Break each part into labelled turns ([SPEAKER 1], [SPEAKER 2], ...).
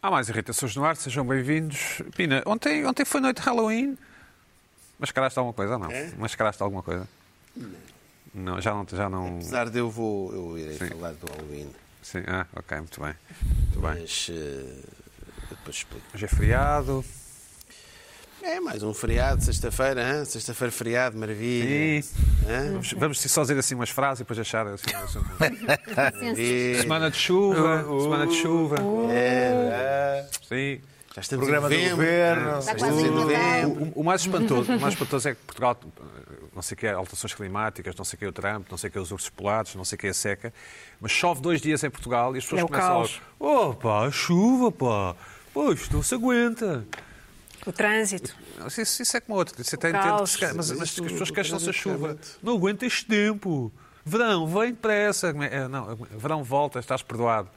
[SPEAKER 1] Há mais irritações no ar, sejam bem-vindos. Pina, ontem, ontem foi noite de Halloween. Mascaraste alguma coisa ou não?
[SPEAKER 2] É?
[SPEAKER 1] Mascaraste alguma coisa? Não. já não. Já não...
[SPEAKER 2] Apesar de eu vou, eu irei
[SPEAKER 1] Sim.
[SPEAKER 2] falar do Halloween,
[SPEAKER 1] Sim, ah, ok, muito bem. Muito bem.
[SPEAKER 2] mas eh, depois explico.
[SPEAKER 1] Hoje é feriado.
[SPEAKER 2] É mais um feriado, sexta-feira, hã? sexta-feira feriado, maravilha.
[SPEAKER 1] Sim.
[SPEAKER 2] Hã?
[SPEAKER 1] Vamos, vamos só dizer assim umas frases e depois achar assim. um assunto.
[SPEAKER 2] Maravilha.
[SPEAKER 1] semana de chuva, Uh. semana de chuva.
[SPEAKER 3] É, é.
[SPEAKER 1] Sim.
[SPEAKER 2] Já estamos
[SPEAKER 3] Programa
[SPEAKER 2] em
[SPEAKER 3] do
[SPEAKER 2] novembro.
[SPEAKER 3] governo.
[SPEAKER 4] tá
[SPEAKER 2] Já
[SPEAKER 5] Está
[SPEAKER 2] estamos
[SPEAKER 5] quase
[SPEAKER 2] em
[SPEAKER 5] o
[SPEAKER 2] novembro.
[SPEAKER 5] Natal.
[SPEAKER 1] O, o mais espantoso, o mais espantoso é que Portugal, não sei o que é, alterações climáticas, não sei o que é o Trump, não sei o que é os ursos polares, não sei o que é a seca, mas chove dois dias em Portugal e as pessoas
[SPEAKER 4] É o
[SPEAKER 1] começam
[SPEAKER 4] caos.
[SPEAKER 1] logo, oh pá, chuva pá, pô, isto não se aguenta.
[SPEAKER 4] O trânsito.
[SPEAKER 1] Isso, isso é como outro, isso até
[SPEAKER 4] O
[SPEAKER 1] entendo,
[SPEAKER 4] caos.
[SPEAKER 1] que se ca- mas, mas
[SPEAKER 2] Isso,
[SPEAKER 1] as pessoas
[SPEAKER 2] o
[SPEAKER 1] queixam-se da
[SPEAKER 2] trânsito é
[SPEAKER 1] chuva.
[SPEAKER 2] muito-
[SPEAKER 1] Não aguenta este tempo. Verão, vem depressa. Como é- é, Não, verão volta, estás perdoado.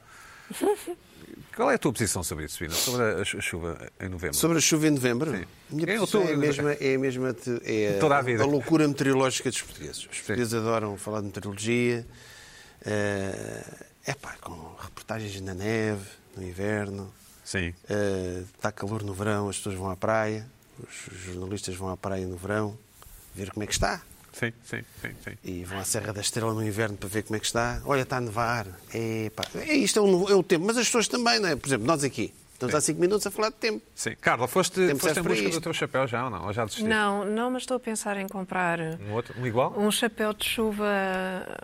[SPEAKER 1] Qual é a tua posição sobre isso, Vina? Sobre a, a chuva em novembro?
[SPEAKER 2] Sobre a chuva em novembro, a minha
[SPEAKER 1] Em
[SPEAKER 2] posição é a
[SPEAKER 1] outubro.
[SPEAKER 2] mesma, é a mesma te- é
[SPEAKER 1] Toda a vida.
[SPEAKER 2] loucura meteorológica dos portugueses. Os portugueses adoram falar de meteorologia, eh, é pá, com reportagens na neve, no inverno,
[SPEAKER 1] Sim.
[SPEAKER 2] Eh, está calor no verão, as pessoas vão à praia, os jornalistas vão à praia no verão ver como é que está.
[SPEAKER 1] Sim, sim, sim, sim.
[SPEAKER 2] E vão à Serra da Estrela no inverno para ver como é que está. Olha, está a nevar. Epá. É, isto é, um, é o tempo, mas as pessoas também, não é? Por exemplo, nós aqui, estamos há 5 minutos a falar de tempo.
[SPEAKER 1] Sim. Carla, foste,
[SPEAKER 2] Tempo
[SPEAKER 1] foste
[SPEAKER 2] serve
[SPEAKER 1] em
[SPEAKER 2] para
[SPEAKER 1] busca
[SPEAKER 2] isto.
[SPEAKER 1] do teu chapéu já ou não? Ou já desististe?
[SPEAKER 4] Não, não, mas estou a pensar em comprar eh,
[SPEAKER 1] Um outro? Um igual?
[SPEAKER 4] um chapéu de chuva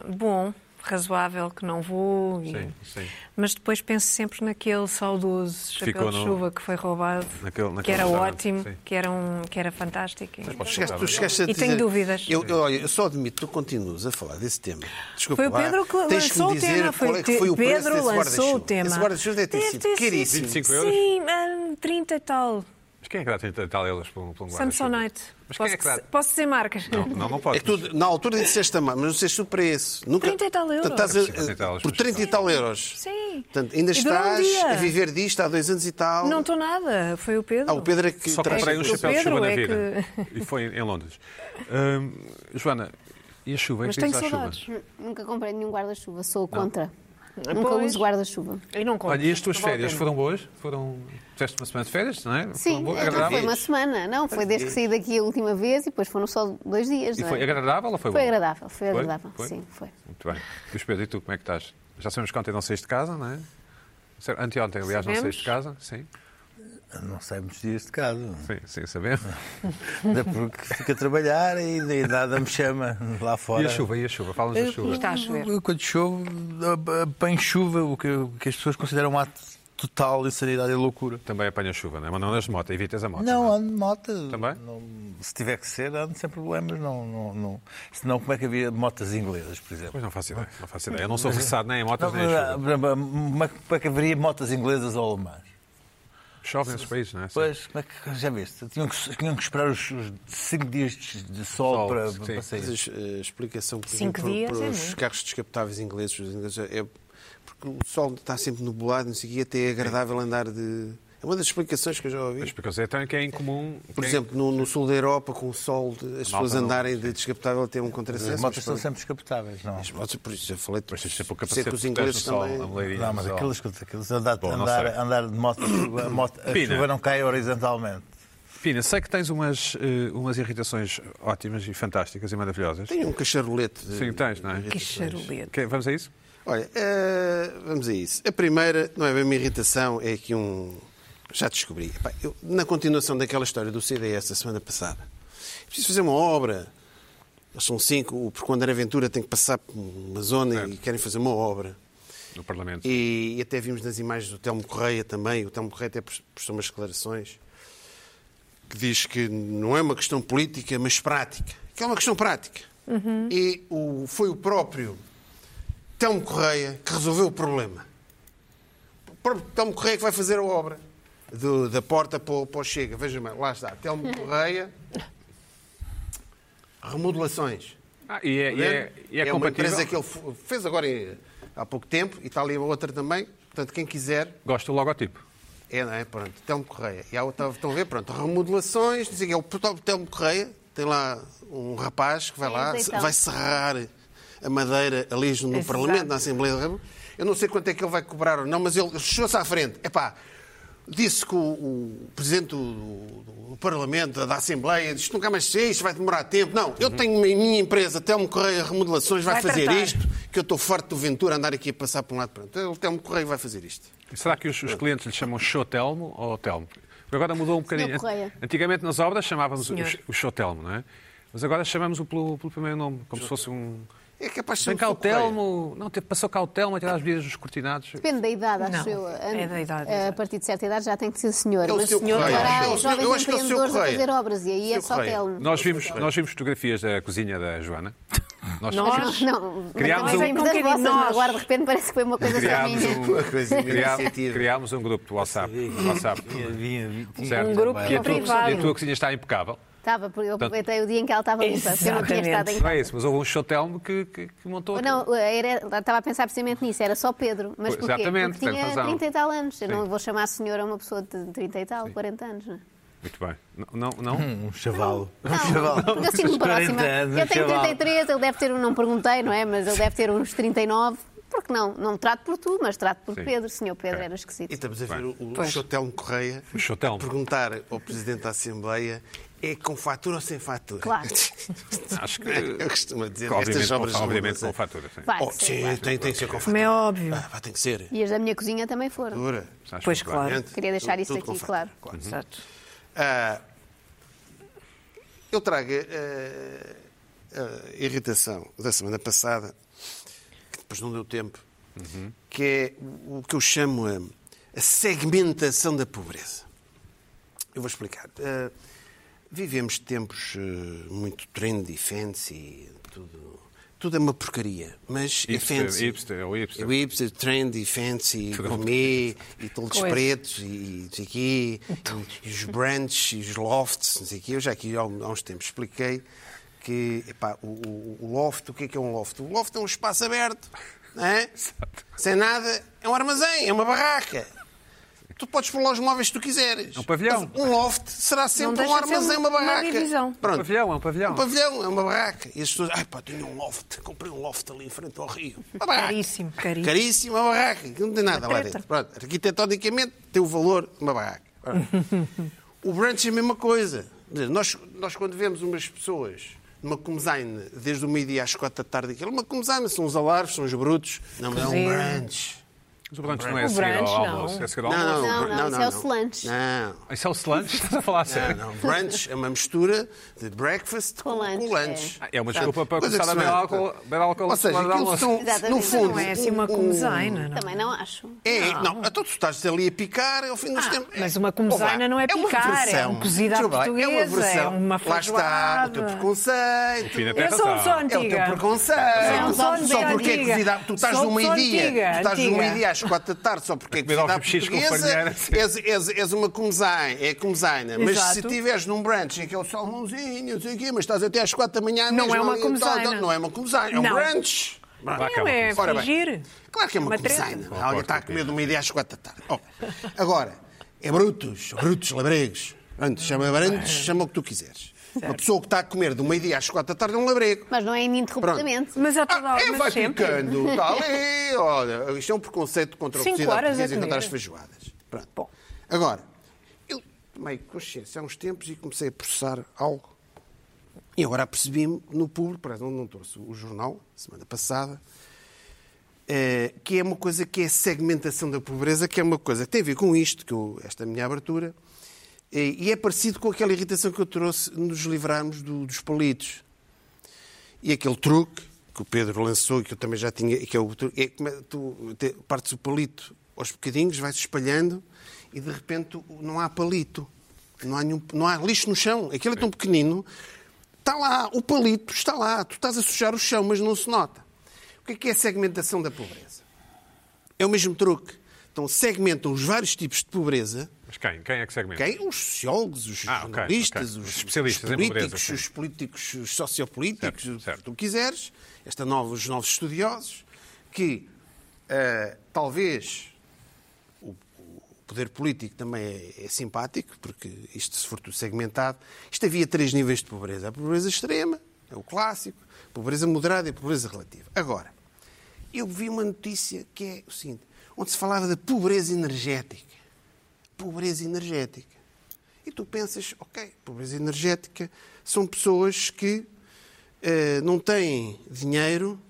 [SPEAKER 4] bom, razoável, que não vou. e-
[SPEAKER 1] Sim, sim.
[SPEAKER 4] Mas depois penso sempre naquele saudoso chapéu
[SPEAKER 1] Ficou
[SPEAKER 4] de
[SPEAKER 1] no-
[SPEAKER 4] chuva que foi roubado,
[SPEAKER 1] Naquele- naquele
[SPEAKER 4] que era
[SPEAKER 1] restaurante,
[SPEAKER 4] ótimo,
[SPEAKER 1] sim.
[SPEAKER 4] que era, um, que era fantástico.
[SPEAKER 1] Mas podes
[SPEAKER 2] Chegaste-
[SPEAKER 1] comprar
[SPEAKER 2] tu
[SPEAKER 1] um.
[SPEAKER 2] chegaste a
[SPEAKER 4] E tenho
[SPEAKER 2] dizer-
[SPEAKER 4] dúvidas.
[SPEAKER 2] Eu, eu- olha, eu só admito, tu continuas a falar desse tema. Desculpa,
[SPEAKER 4] Foi o
[SPEAKER 2] lá.
[SPEAKER 4] Pedro que
[SPEAKER 2] Tens me
[SPEAKER 4] lançou o
[SPEAKER 2] dizer
[SPEAKER 4] tema.
[SPEAKER 2] Qual
[SPEAKER 4] Foi
[SPEAKER 2] é que foi o preço
[SPEAKER 4] Pedro
[SPEAKER 2] desse
[SPEAKER 4] lançou o
[SPEAKER 2] guarda-chuva.
[SPEAKER 4] tema.
[SPEAKER 2] Esse guarda-chuva deve ter sido
[SPEAKER 4] sido,
[SPEAKER 2] caríssimo.
[SPEAKER 1] 25 euros?
[SPEAKER 4] Sim, hum, 30 e tal.
[SPEAKER 1] Mas quem é que dá 30 e tal euros por um, por um guarda-chuva?
[SPEAKER 4] Samsonite.
[SPEAKER 1] Mas quem
[SPEAKER 4] Posso,
[SPEAKER 1] é que dá?
[SPEAKER 4] posso dizer marcas?
[SPEAKER 1] Não, não, não pode.
[SPEAKER 2] É que tu, na altura disseste também, mas não disseste o preço. Nunca,
[SPEAKER 4] 30 e tal euros.
[SPEAKER 2] Portanto, estás a-
[SPEAKER 1] É por 30 e tal euros,
[SPEAKER 2] por
[SPEAKER 1] mas
[SPEAKER 2] 30 e tal euros.
[SPEAKER 4] Sim.
[SPEAKER 2] Portanto, ainda
[SPEAKER 4] E durou um
[SPEAKER 2] estás
[SPEAKER 4] dia.
[SPEAKER 2] a viver disto há dois anos e tal.
[SPEAKER 4] Não estou nada, foi o Pedro.
[SPEAKER 2] Ah, o Pedro é que
[SPEAKER 1] Só
[SPEAKER 2] traz-
[SPEAKER 1] comprei um
[SPEAKER 4] o
[SPEAKER 1] chapéu de
[SPEAKER 4] Pedro
[SPEAKER 1] chuva na
[SPEAKER 4] é
[SPEAKER 1] vida. E foi em Londres. Hum, Joana, e a chuva?
[SPEAKER 4] Mas
[SPEAKER 1] é que
[SPEAKER 4] tenho
[SPEAKER 1] tens à chuva?
[SPEAKER 4] saudades.
[SPEAKER 5] Nunca comprei nenhum guarda-chuva, sou contra. Nunca
[SPEAKER 4] Pois.
[SPEAKER 5] uso guarda-chuva.
[SPEAKER 4] Eu não conto.
[SPEAKER 1] Olha, e as tuas
[SPEAKER 4] Não vale a
[SPEAKER 1] férias
[SPEAKER 4] pena.
[SPEAKER 1] foram boas? Foram... Fizeste uma semana de férias, não é?
[SPEAKER 5] Sim,
[SPEAKER 1] foram boas,
[SPEAKER 5] então foi
[SPEAKER 1] agradáveis?
[SPEAKER 5] uma semana. Não, foi desde que saí daqui a última vez e depois foram só dois dias.
[SPEAKER 1] E
[SPEAKER 5] não é?
[SPEAKER 1] foi agradável ou foi
[SPEAKER 5] Foi
[SPEAKER 1] boa?
[SPEAKER 5] agradável, foi
[SPEAKER 1] Foi?
[SPEAKER 5] agradável.
[SPEAKER 1] Foi?
[SPEAKER 5] Sim, foi.
[SPEAKER 1] Muito bem. Luís Pedro, e tu, como é que estás? Já sabemos que ontem não saíste de casa, não é? Anteontem, aliás, não
[SPEAKER 4] Sabemos.
[SPEAKER 1] saíste de casa, sim.
[SPEAKER 3] Não sai muitos dias de casa.
[SPEAKER 1] Sim, sim, é sabemos.
[SPEAKER 2] É.
[SPEAKER 3] Ainda porque fica a trabalhar e daí nada me chama lá fora.
[SPEAKER 1] E a chuva, e a chuva? Fala-nos da chuva.
[SPEAKER 4] Está a chover.
[SPEAKER 3] Eu, quando chovo, apanho chuva, o que, o que as pessoas consideram um ato total de insanidade e loucura.
[SPEAKER 1] Também apanha chuva, não é? Mas não nas de moto, evitas a moto.
[SPEAKER 3] Não,
[SPEAKER 1] é?
[SPEAKER 3] ando de moto.
[SPEAKER 1] Também?
[SPEAKER 3] Não- se tiver que ser, ando sem problemas. Não, não, não. Senão, como é que havia motas inglesas, por exemplo?
[SPEAKER 1] Pois não faço ideia, não faço ideia. Eu não sou versado nem em
[SPEAKER 3] Não,
[SPEAKER 1] motas nem em chuva.
[SPEAKER 3] não, não, Como é que- como é que haveria motas inglesas ou alemãs?
[SPEAKER 2] ah,
[SPEAKER 1] Chove nesses países, não é? Sim.
[SPEAKER 3] Pois, como é que já viste? Tinham que, tinham que esperar os 5 dias de de sol,
[SPEAKER 1] Sol,
[SPEAKER 3] para,
[SPEAKER 1] sim.
[SPEAKER 3] para
[SPEAKER 2] Mas a
[SPEAKER 3] sair.
[SPEAKER 2] eh, explicação por
[SPEAKER 4] Cinco
[SPEAKER 2] exemplo, para,
[SPEAKER 4] dias
[SPEAKER 2] para
[SPEAKER 4] é
[SPEAKER 2] os
[SPEAKER 4] muito.
[SPEAKER 2] carros descapotáveis ingleses, os ingleses é porque o sol está sempre nublado, não sei o quê, até é agradável andar de. É uma das explicações que eu já ouvi.
[SPEAKER 1] Mas porque eu sei então, que é incomum.
[SPEAKER 2] Por
[SPEAKER 1] que é-
[SPEAKER 2] exemplo, no, no sul da Europa, com o sol, de- as pessoas
[SPEAKER 1] não-
[SPEAKER 2] andarem de descapotável até um
[SPEAKER 3] As
[SPEAKER 2] contrassenso.
[SPEAKER 3] motas
[SPEAKER 2] mas
[SPEAKER 3] estão
[SPEAKER 2] pronto.
[SPEAKER 3] sempre descapotáveis, não?
[SPEAKER 2] As motas, por isso já falei,
[SPEAKER 1] Pois tens sempre o
[SPEAKER 2] por isso é
[SPEAKER 1] capacete
[SPEAKER 2] que os
[SPEAKER 1] que tens
[SPEAKER 2] ingleses
[SPEAKER 1] no sol,
[SPEAKER 2] também.
[SPEAKER 1] a moleirinha
[SPEAKER 3] Não,
[SPEAKER 1] do
[SPEAKER 3] mas
[SPEAKER 1] sol.
[SPEAKER 3] aqueles, aqueles andar,
[SPEAKER 1] Bom, não
[SPEAKER 3] andar,
[SPEAKER 1] sei.
[SPEAKER 3] andar de moto, a, moto, a
[SPEAKER 1] Pina.
[SPEAKER 3] chuva não cai horizontalmente.
[SPEAKER 1] Pina, sei que tens umas, eh, umas irritações ótimas e fantásticas e maravilhosas.
[SPEAKER 2] Tem um cacharolete. de-
[SPEAKER 1] Sim, tens, não é?
[SPEAKER 4] Que charolete.
[SPEAKER 1] Que- Vamos a isso?
[SPEAKER 2] Olha, eh, vamos a isso. A primeira, não é bem uma irritação, é aqui um. Já descobri. Epá, eu- na continuação daquela história do CDS da semana passada, é preciso fazer uma obra. Eles são cinco, o Perconder Aventura tem que passar por uma zona e querem fazer uma obra.
[SPEAKER 1] No Parlamento.
[SPEAKER 2] E, e até vimos nas imagens do Telmo Correia também, o Telmo Correia até pos- postou umas declarações que diz que não é uma questão política, mas prática. Que é uma questão prática. E o, foi o próprio Telmo Correia que resolveu o problema. O próprio Telmo Correia que vai fazer a obra do- da porta para, o- para o Chega. Veja bem, lá está. Telmo Correia, remodelações.
[SPEAKER 1] Ah, e é, e é, e é,
[SPEAKER 2] É uma
[SPEAKER 1] compatível.
[SPEAKER 2] empresa que ele f- fez agora em- há pouco tempo e está ali outra também. Portanto, quem quiser,
[SPEAKER 1] Gosto do logotipo.
[SPEAKER 2] é, não é? Pronto, Telmo Correia. E há outra, estão a ver, pronto, remodelações, não sei o quê. o próprio Telmo Correia, tem lá um rapaz que vai
[SPEAKER 5] É,
[SPEAKER 2] lá,
[SPEAKER 5] azeitão.
[SPEAKER 2] vai serrar a madeira ali no
[SPEAKER 4] então. Exato.
[SPEAKER 2] Parlamento, na Assembleia da República. Eu não sei quanto é que ele vai cobrar ou não, mas ele chegou-se à frente. Epá, Disse que o, o presidente do, do- do Parlamento, da Assembleia, disse nunca mais sei, isto vai demorar tempo. Não,
[SPEAKER 1] Uhum.
[SPEAKER 2] eu tenho a minha empresa, Telmo Correia Remodelações, vai,
[SPEAKER 4] Vai
[SPEAKER 2] fazer
[SPEAKER 4] tratar.
[SPEAKER 2] isto, que eu estou farto do Ventura andar aqui a passar por um lado. Pronto, o Telmo Correia vai fazer isto.
[SPEAKER 1] Será que os, os clientes lhe chamam show Telmo ou Telmo? Porque agora mudou um bocadinho.
[SPEAKER 5] Senhor Correia.
[SPEAKER 1] Antigamente nas obras chamávamos o,
[SPEAKER 4] Senhor.
[SPEAKER 1] o show Telmo, não é? Mas agora chamamos-o pelo, pelo primeiro nome, como se fosse um.
[SPEAKER 2] É capaz de ser
[SPEAKER 1] Vem
[SPEAKER 2] um
[SPEAKER 1] cá o
[SPEAKER 2] Telmo Correia.
[SPEAKER 1] Telmo. Não, te- passou cá o Telmo a tirar as bebidas dos cortinados.
[SPEAKER 5] Depende da idade, acho
[SPEAKER 4] Não,
[SPEAKER 5] eu. eh,
[SPEAKER 4] é da idade,
[SPEAKER 5] A
[SPEAKER 4] exato.
[SPEAKER 5] partir de certa idade já tem que ser senhor.
[SPEAKER 2] É o
[SPEAKER 5] mas
[SPEAKER 2] seu
[SPEAKER 5] senhor
[SPEAKER 2] Correia,
[SPEAKER 5] para
[SPEAKER 2] acho eu.
[SPEAKER 5] jovens
[SPEAKER 2] Eu acho que é o seu
[SPEAKER 5] empreendedores a
[SPEAKER 2] Correia.
[SPEAKER 5] fazer obras e aí é
[SPEAKER 2] Seu
[SPEAKER 5] só
[SPEAKER 2] Correia.
[SPEAKER 5] telmo.
[SPEAKER 1] Nós vimos, nós vimos fotografias da cozinha da Joana. Nós,
[SPEAKER 4] Nós?
[SPEAKER 5] Não, não.
[SPEAKER 1] Criámos
[SPEAKER 5] mas
[SPEAKER 1] um-
[SPEAKER 5] também das
[SPEAKER 4] Um
[SPEAKER 5] vossas,
[SPEAKER 4] bocadinho
[SPEAKER 5] não,
[SPEAKER 4] nós.
[SPEAKER 5] agora de repente parece que foi uma coisa só
[SPEAKER 1] criámos,
[SPEAKER 5] minha.
[SPEAKER 3] é.
[SPEAKER 2] Uma coisinha
[SPEAKER 1] um, criámos,
[SPEAKER 2] iniciativa.
[SPEAKER 1] criámos um grupo do WhatsApp. Do WhatsApp certo?
[SPEAKER 4] Um grupo
[SPEAKER 1] e a, tua,
[SPEAKER 4] privado.
[SPEAKER 1] e a tua cozinha está impecável.
[SPEAKER 5] Estava, porque eu aproveitei o dia em que ela estava limpa, porque eu não tinha
[SPEAKER 4] Exatamente.
[SPEAKER 5] estado em
[SPEAKER 1] Não é isso, mas houve um show Telmo que, que- que montou. aquilo.
[SPEAKER 5] Não, era- estava a pensar precisamente nisso, era só Pedro. Mas
[SPEAKER 1] Pois,
[SPEAKER 5] porquê?
[SPEAKER 1] exatamente,
[SPEAKER 5] Porque
[SPEAKER 1] tem
[SPEAKER 5] tinha
[SPEAKER 1] razão.
[SPEAKER 5] 30 e tal anos. Eu
[SPEAKER 1] Sim.
[SPEAKER 5] não vou chamar a senhora a uma pessoa de 30 e tal, 40 anos, não é?
[SPEAKER 1] Muito bem. Não, não, não?
[SPEAKER 3] Um chavalo.
[SPEAKER 5] Não, porque eu sinto-me
[SPEAKER 3] 40
[SPEAKER 5] próxima.
[SPEAKER 3] anos, um
[SPEAKER 5] Eu tenho
[SPEAKER 3] chavalo.
[SPEAKER 5] 33, ele deve ter, um- não perguntei, não é? Mas ele deve ter uns 39. Porque não? Não me trato por tu, mas trato por
[SPEAKER 1] Sim.
[SPEAKER 5] Pedro. Senhor Pedro
[SPEAKER 1] Ok.
[SPEAKER 5] era
[SPEAKER 2] E
[SPEAKER 5] esquisito.
[SPEAKER 2] estamos a ver o, o
[SPEAKER 4] Pois.
[SPEAKER 2] Sr. Telmo Correia
[SPEAKER 1] O Sr. Telmo.
[SPEAKER 2] perguntar ao Presidente da Assembleia é com fatura ou sem fatura?
[SPEAKER 5] Claro.
[SPEAKER 1] Acho que.
[SPEAKER 2] Eu costumo dizer
[SPEAKER 1] que obviamente,
[SPEAKER 2] estas obras
[SPEAKER 1] com, obviamente
[SPEAKER 2] não
[SPEAKER 1] com fatura. Sim.
[SPEAKER 5] Vai,
[SPEAKER 2] Oh,
[SPEAKER 5] que
[SPEAKER 2] sim,
[SPEAKER 5] sei lá.
[SPEAKER 2] tem, tem que ser com
[SPEAKER 4] Como
[SPEAKER 2] fatura.
[SPEAKER 4] é óbvio.
[SPEAKER 2] Ah, pá, tem que ser.
[SPEAKER 5] E as da minha cozinha também foram.
[SPEAKER 2] Fatura.
[SPEAKER 1] Estás
[SPEAKER 4] Pois,
[SPEAKER 1] muito
[SPEAKER 4] claro.
[SPEAKER 1] bem.
[SPEAKER 2] Gente,
[SPEAKER 5] Queria deixar
[SPEAKER 2] tudo-
[SPEAKER 5] isso
[SPEAKER 2] tudo com
[SPEAKER 5] aqui,
[SPEAKER 2] fatura.
[SPEAKER 5] claro.
[SPEAKER 4] Exato.
[SPEAKER 2] Ah, eu trago ah, a irritação da semana passada, que depois não deu tempo, que é o que eu chamo a, a segmentação da pobreza. Eu vou explicar. Ah, vivemos tempos ah, muito trendy, fancy, tudo, tudo é uma porcaria, mas
[SPEAKER 1] Hipster,
[SPEAKER 2] é fancy.
[SPEAKER 1] hipster, é o hipster.
[SPEAKER 2] É o hipster, trendy, fancy,
[SPEAKER 1] Tudo é uma
[SPEAKER 2] gourmet, e todos
[SPEAKER 4] Coisa.
[SPEAKER 2] pretos, e, e não sei quê,
[SPEAKER 4] Então.
[SPEAKER 2] e, e os branches, e os lofts, não sei quê. Eu já aqui há, um- há uns tempos expliquei que epá, o, o- o loft, o que é que é um loft? O loft é um espaço aberto, não é? sem nada, é um armazém, é uma barraca. Tu podes pôr lá os móveis que tu quiseres.
[SPEAKER 1] É um pavilhão.
[SPEAKER 2] Mas um loft será sempre um
[SPEAKER 4] deixa de ser
[SPEAKER 2] armazém, uma
[SPEAKER 4] uma
[SPEAKER 2] barraca.
[SPEAKER 4] divisão.
[SPEAKER 1] É um
[SPEAKER 2] Pronto.
[SPEAKER 1] pavilhão, é um
[SPEAKER 2] É
[SPEAKER 1] pavilhão.
[SPEAKER 2] um pavilhão, é uma barraca. E as pessoas, ai pá, tenho um loft, comprei um loft ali em frente ao rio. Uma barraca.
[SPEAKER 4] Caríssimo, caríssimo.
[SPEAKER 2] Caríssimo, uma barraca, que não tem nada
[SPEAKER 4] Uma
[SPEAKER 2] lá
[SPEAKER 4] treta.
[SPEAKER 2] dentro. Pronto, arquitetonicamente tem o valor de uma barraca. Ora, o brunch é a mesma coisa. Quer dizer, Nós, nós quando vemos umas pessoas numa comezaine desde o meio-dia às quatro da tarde, aquilo é uma comezaine, são os alarves, são os brutos. Não, mas é um
[SPEAKER 4] Cozinha.
[SPEAKER 2] brunch.
[SPEAKER 1] Mas o brunch não é
[SPEAKER 4] O
[SPEAKER 1] a seguir ao
[SPEAKER 4] brunch, Um não.
[SPEAKER 1] almoço. É a seguir ao
[SPEAKER 2] Não,
[SPEAKER 1] almoço.
[SPEAKER 2] não,
[SPEAKER 5] Não,
[SPEAKER 2] br-
[SPEAKER 5] não, isso é o lunch.
[SPEAKER 2] Não.
[SPEAKER 1] Ah, Isso é o slunch? Estás a falar a sério?
[SPEAKER 2] Não, não. Brunch é uma mistura de breakfast com,
[SPEAKER 5] Com
[SPEAKER 2] com
[SPEAKER 5] lunch,
[SPEAKER 2] lunch.
[SPEAKER 1] Ah, é uma desculpa para
[SPEAKER 2] Coisa
[SPEAKER 1] começar a
[SPEAKER 2] que
[SPEAKER 1] beber
[SPEAKER 2] se vê.
[SPEAKER 1] álcool- beber álcool
[SPEAKER 2] Ou seja,
[SPEAKER 1] na hora do
[SPEAKER 2] aquilo
[SPEAKER 1] almoço.
[SPEAKER 2] são, no
[SPEAKER 5] Exatamente.
[SPEAKER 2] fundo...
[SPEAKER 4] Não é assim uma
[SPEAKER 2] um- um-
[SPEAKER 4] comezaina, não.
[SPEAKER 5] Também não acho.
[SPEAKER 2] É, não, então tu estás ali a picar ao fim dos tempos.
[SPEAKER 4] Ah, mas uma comezaina
[SPEAKER 2] Olá,
[SPEAKER 4] não é picar, é
[SPEAKER 2] uma versão.
[SPEAKER 4] um cozido à
[SPEAKER 2] Muito bem, É uma
[SPEAKER 4] portuguesa,
[SPEAKER 2] versão.
[SPEAKER 4] é uma
[SPEAKER 2] Lá está o
[SPEAKER 4] feijoada.
[SPEAKER 2] teu preconceito.
[SPEAKER 1] Enfim, até
[SPEAKER 4] Eu sou um uma pessoa
[SPEAKER 2] É o teu
[SPEAKER 4] antiga.
[SPEAKER 2] preconceito.
[SPEAKER 4] Não, só
[SPEAKER 2] só,
[SPEAKER 4] antiga,
[SPEAKER 2] porque é
[SPEAKER 4] antiga.
[SPEAKER 2] cozida. Tu estás
[SPEAKER 4] Só
[SPEAKER 2] no
[SPEAKER 4] pessoa
[SPEAKER 2] meio-dia.
[SPEAKER 4] antiga,
[SPEAKER 2] Tu estás no
[SPEAKER 4] antiga.
[SPEAKER 2] meio-dia às quatro da tarde, só porque é
[SPEAKER 1] Comer
[SPEAKER 2] cozida à
[SPEAKER 1] ovos mexidos com
[SPEAKER 2] portuguesa.
[SPEAKER 1] farinha, sim.
[SPEAKER 2] És, és, és uma comezaina. É comezaina. Mas
[SPEAKER 4] Exato.
[SPEAKER 2] se estiveres num brunch, é aquele salmãozinho, não sei o quê, mas estás até às quatro da manhã.
[SPEAKER 4] Não
[SPEAKER 2] mesmo
[SPEAKER 4] é uma
[SPEAKER 2] ali, tal, tal,
[SPEAKER 4] comezaina.
[SPEAKER 2] Não é uma comezaina. É um
[SPEAKER 4] Não.
[SPEAKER 2] brunch.
[SPEAKER 1] Vai cá,
[SPEAKER 4] Não é
[SPEAKER 1] vamos.
[SPEAKER 2] Ora bem.
[SPEAKER 4] fingir.
[SPEAKER 2] Claro que é uma,
[SPEAKER 4] Uma treta.
[SPEAKER 2] comezaina.
[SPEAKER 1] Concordo
[SPEAKER 2] Alguém está a comer
[SPEAKER 1] contigo.
[SPEAKER 2] de uma ideia às quatro da tarde. Bom, agora, é brutos, brutos, labregos. Pronto, chama brantos, chama o que tu quiseres. Uma pessoa que está a comer de uma ideia às quatro da tarde é um labrego.
[SPEAKER 5] Mas não é ininterruptamente.
[SPEAKER 4] Mas a toda
[SPEAKER 2] Ah,
[SPEAKER 4] tá hora,
[SPEAKER 2] é,
[SPEAKER 4] mas
[SPEAKER 2] vai
[SPEAKER 4] sempre.
[SPEAKER 2] picando, está ali. Olha, isto é um preconceito contra o
[SPEAKER 4] Cinco
[SPEAKER 2] cozida
[SPEAKER 4] horas a
[SPEAKER 2] portuguesa e contra
[SPEAKER 4] comer.
[SPEAKER 2] as feijoadas. Pronto.
[SPEAKER 4] Bom.
[SPEAKER 2] Agora, eu tomei consciência há uns tempos e comecei a processar algo. E agora percebi-me no público, por exemplo, não trouxe o jornal, semana passada, eh, que é uma coisa que é a segmentação da pobreza, que é uma coisa que tem a ver com isto, que eu- esta é minha abertura, eh, e é parecido com aquela irritação que eu trouxe nos livrarmos do- dos palitos. E aquele truque que o Pedro lançou, e que eu também já tinha, que é o truque, é como é- tu te- partes o palito aos bocadinhos, vai-se espalhando e de repente tu- não há palito. Não há, nenhum, não há lixo no chão. Aquilo é tão pequenino. Está lá, o palito está lá. Tu estás a sujar o chão, mas não se nota. O que é que é a segmentação da pobreza? É o mesmo truque. Então segmentam os vários tipos de pobreza
[SPEAKER 1] Mas quem? Quem é que segmenta?
[SPEAKER 2] quem? Os sociólogos, os
[SPEAKER 1] Ah, ok,
[SPEAKER 2] jornalistas,
[SPEAKER 1] ok.
[SPEAKER 2] Os,
[SPEAKER 1] Os especialistas
[SPEAKER 2] os
[SPEAKER 1] em
[SPEAKER 2] políticos,
[SPEAKER 1] pobreza, sim.
[SPEAKER 2] os políticos, os sociopolíticos,
[SPEAKER 1] Certo,
[SPEAKER 2] o que
[SPEAKER 1] certo.
[SPEAKER 2] tu quiseres, esta nova, os novos estudiosos, que ah, talvez o, o poder político também é, é simpático, porque isto, se for tudo segmentado, isto havia três níveis de pobreza. A pobreza extrema, é o clássico, a pobreza moderada e a pobreza relativa. Agora, eu vi uma notícia que é o seguinte, onde se falava da pobreza energética. pobreza energética. E tu pensas, ok, pobreza energética são pessoas que eh, não têm dinheiro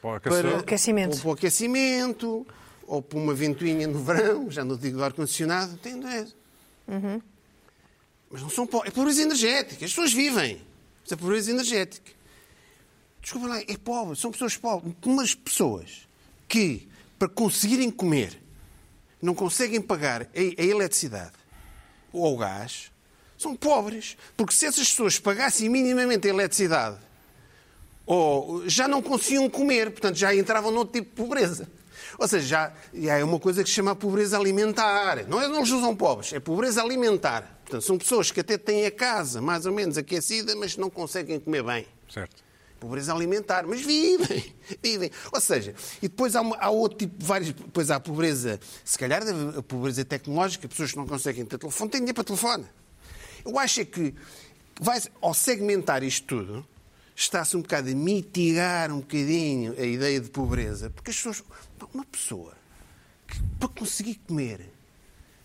[SPEAKER 1] Para o
[SPEAKER 2] para
[SPEAKER 1] aquecedor.
[SPEAKER 4] aquecimento.
[SPEAKER 2] Ou para o aquecimento, ou para uma ventoinha no verão, já não digo do ar-condicionado, entendo é. Mas não são pobres. É pobreza energética. As pessoas vivem. Isso é pobreza energética. Desculpa lá, é pobre. São pessoas pobres. Umas pessoas que, para conseguirem comer, não conseguem pagar a, a eletricidade ou o gás, são pobres. Porque se essas pessoas pagassem minimamente a eletricidade ou já não conseguiam comer, portanto já entravam noutro tipo de pobreza. Ou seja, já, já é uma coisa que se chama pobreza alimentar. Não, é, não eles usam pobres, é pobreza alimentar. Portanto, são pessoas que até têm a casa mais ou menos aquecida, mas não conseguem comer bem.
[SPEAKER 1] Certo.
[SPEAKER 2] Pobreza alimentar, mas vivem, vivem. Ou seja, e depois há, uma- há outro tipo, de vários, depois há a pobreza, se calhar a pobreza tecnológica, pessoas que não conseguem ter telefone, têm dinheiro para telefone. Eu acho é que, vai, ao segmentar isto tudo, está-se um bocado a mitigar um bocadinho a ideia de pobreza, porque as pessoas, pá, uma pessoa que para conseguir comer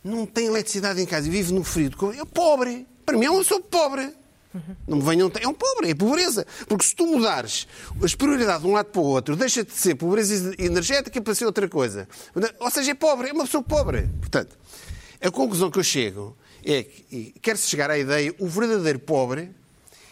[SPEAKER 2] não tem eletricidade em casa e vive no frio, co- é pobre. Para mim, eu sou pobre. Não me venham. É um pobre, é pobreza. Porque se tu mudares as prioridades de um lado para o outro, deixa de ser pobreza energética para ser outra coisa. Ou seja, é pobre, é uma pessoa pobre. Portanto, a conclusão que eu chego é que, e quer-se chegar à ideia, o verdadeiro pobre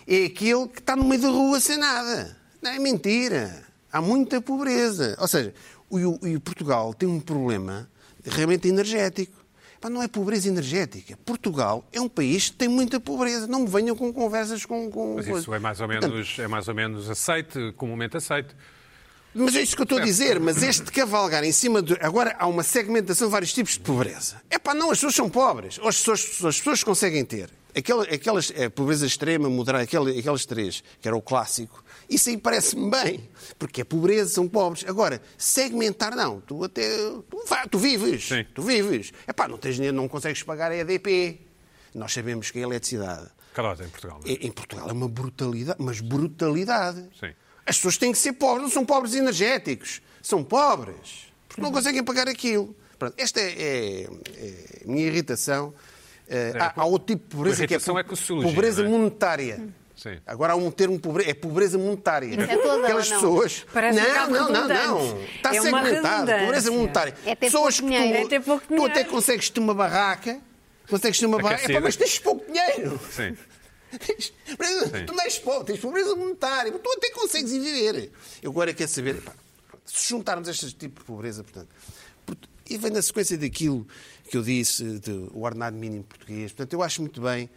[SPEAKER 2] é aquele que está no meio da rua sem nada. Não é mentira. Há muita pobreza. Ou seja, o, o- e o Portugal tem um problema realmente energético. Pá, não é pobreza energética. Portugal é um país que tem muita pobreza. Não me venham com conversas com. com
[SPEAKER 1] Mas
[SPEAKER 2] coisa.
[SPEAKER 1] isso é mais ou
[SPEAKER 2] Portanto,
[SPEAKER 1] menos, é mais ou menos aceite, comumente aceite.
[SPEAKER 2] mas é isso que eu estou a dizer, mas este cavalgar em cima do. Agora há uma segmentação de vários tipos de pobreza. É pá, não, as pessoas são pobres. Ou as pessoas, as pessoas conseguem ter. Aquela, aquelas, é, pobreza extrema, moderada, aquela, aqueles três, que era o clássico. Isso aí parece-me bem, porque é pobreza, são pobres. Agora, segmentar não. Tu até. Tu, vá, tu vives.
[SPEAKER 1] Sim.
[SPEAKER 2] Tu vives. É pá, não tens dinheiro, não consegues pagar a EDP. Nós sabemos que a eletricidade
[SPEAKER 1] Carota em Portugal. não é?
[SPEAKER 2] é- em Portugal é uma brutalidade, mas brutalidade.
[SPEAKER 1] Sim.
[SPEAKER 2] As pessoas têm que ser pobres, não são pobres energéticos, são pobres, porque
[SPEAKER 1] Uhum.
[SPEAKER 2] não conseguem pagar aquilo. Pronto, esta é, é- é a minha irritação. Eh, há, há outro tipo de pobreza que é,
[SPEAKER 1] irritação
[SPEAKER 2] po-
[SPEAKER 1] é com É, a sociologia,
[SPEAKER 2] pobreza
[SPEAKER 1] não é?
[SPEAKER 4] Uhum.
[SPEAKER 2] monetária.
[SPEAKER 1] Sim.
[SPEAKER 2] Agora há um termo pobreza, é pobreza monetária.
[SPEAKER 5] Isso é toda,
[SPEAKER 2] Aquelas
[SPEAKER 5] ou não?
[SPEAKER 2] pessoas.
[SPEAKER 4] Parece um
[SPEAKER 2] não,
[SPEAKER 4] bocado
[SPEAKER 2] não, não, não.
[SPEAKER 4] redundante.
[SPEAKER 2] Está
[SPEAKER 4] É uma
[SPEAKER 2] segmentado. Pobreza
[SPEAKER 4] redundância.
[SPEAKER 2] monetária.
[SPEAKER 5] É ter
[SPEAKER 2] pessoas
[SPEAKER 5] pouco
[SPEAKER 2] que tu,
[SPEAKER 5] dinheiro.
[SPEAKER 4] É ter pouco
[SPEAKER 2] tu até
[SPEAKER 4] dinheiro.
[SPEAKER 2] consegues-te uma barraca, consegues-te uma barraca,
[SPEAKER 1] Aquecida.
[SPEAKER 2] Epá, mas tens pouco dinheiro.
[SPEAKER 1] Sim.
[SPEAKER 2] Tens- Tu não és pobre, tens pobreza monetária, mas tu até consegues ir viver. Eu agora quero saber, pá, se juntarmos este tipo de pobreza, portanto, port- e vem na sequência daquilo que eu disse, do o ordenado mínimo português, portanto, eu acho muito bem,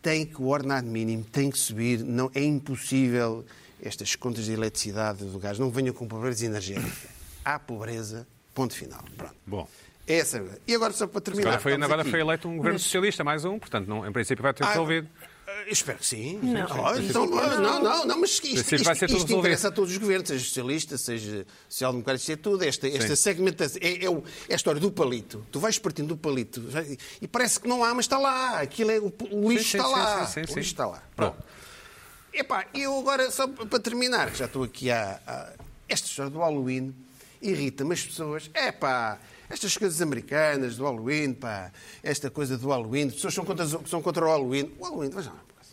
[SPEAKER 2] tem que o ordenado mínimo tem que subir, não, é impossível estas contas de eletricidade do gás, não venham com pobreza energética. Há pobreza, ponto final. Pronto.
[SPEAKER 1] Bom.
[SPEAKER 2] É Essa. E agora só para terminar.
[SPEAKER 1] Agora foi,
[SPEAKER 2] estamos
[SPEAKER 1] agora
[SPEAKER 2] aqui.
[SPEAKER 1] foi eleito um governo socialista, mais um, portanto, não, em princípio vai ter
[SPEAKER 2] Ah,
[SPEAKER 1] resolvido.
[SPEAKER 2] eh, espero que sim.
[SPEAKER 4] Não.
[SPEAKER 2] Ah, então, ah, não, não, não, mas isto, isto,
[SPEAKER 1] Princípio vai ser
[SPEAKER 2] isto
[SPEAKER 1] tudo resolvido.
[SPEAKER 2] interessa a todos os governos, seja socialista, seja social-democrata, seja tudo. Esta,
[SPEAKER 1] Sim.
[SPEAKER 2] esta segmentação, é, é, o- é a história do palito. Tu vais partindo do palito vai- e parece que não há, mas está lá. Aquilo é, o, o
[SPEAKER 1] Sim,
[SPEAKER 2] lixo
[SPEAKER 1] sim,
[SPEAKER 2] está
[SPEAKER 1] sim,
[SPEAKER 2] lá.
[SPEAKER 1] sim, sim,
[SPEAKER 2] o
[SPEAKER 1] sim.
[SPEAKER 2] lixo está Tá lá.
[SPEAKER 1] Bom,
[SPEAKER 2] Pronto. Epá, eu agora, só p- para terminar, que já estou aqui a, Esta história do Halloween irrita-me as pessoas. Epá, estas coisas americanas do Halloween, pá, esta coisa do Halloween, as pessoas são contra, são contra o Halloween. O Halloween, veja lá uma coisa.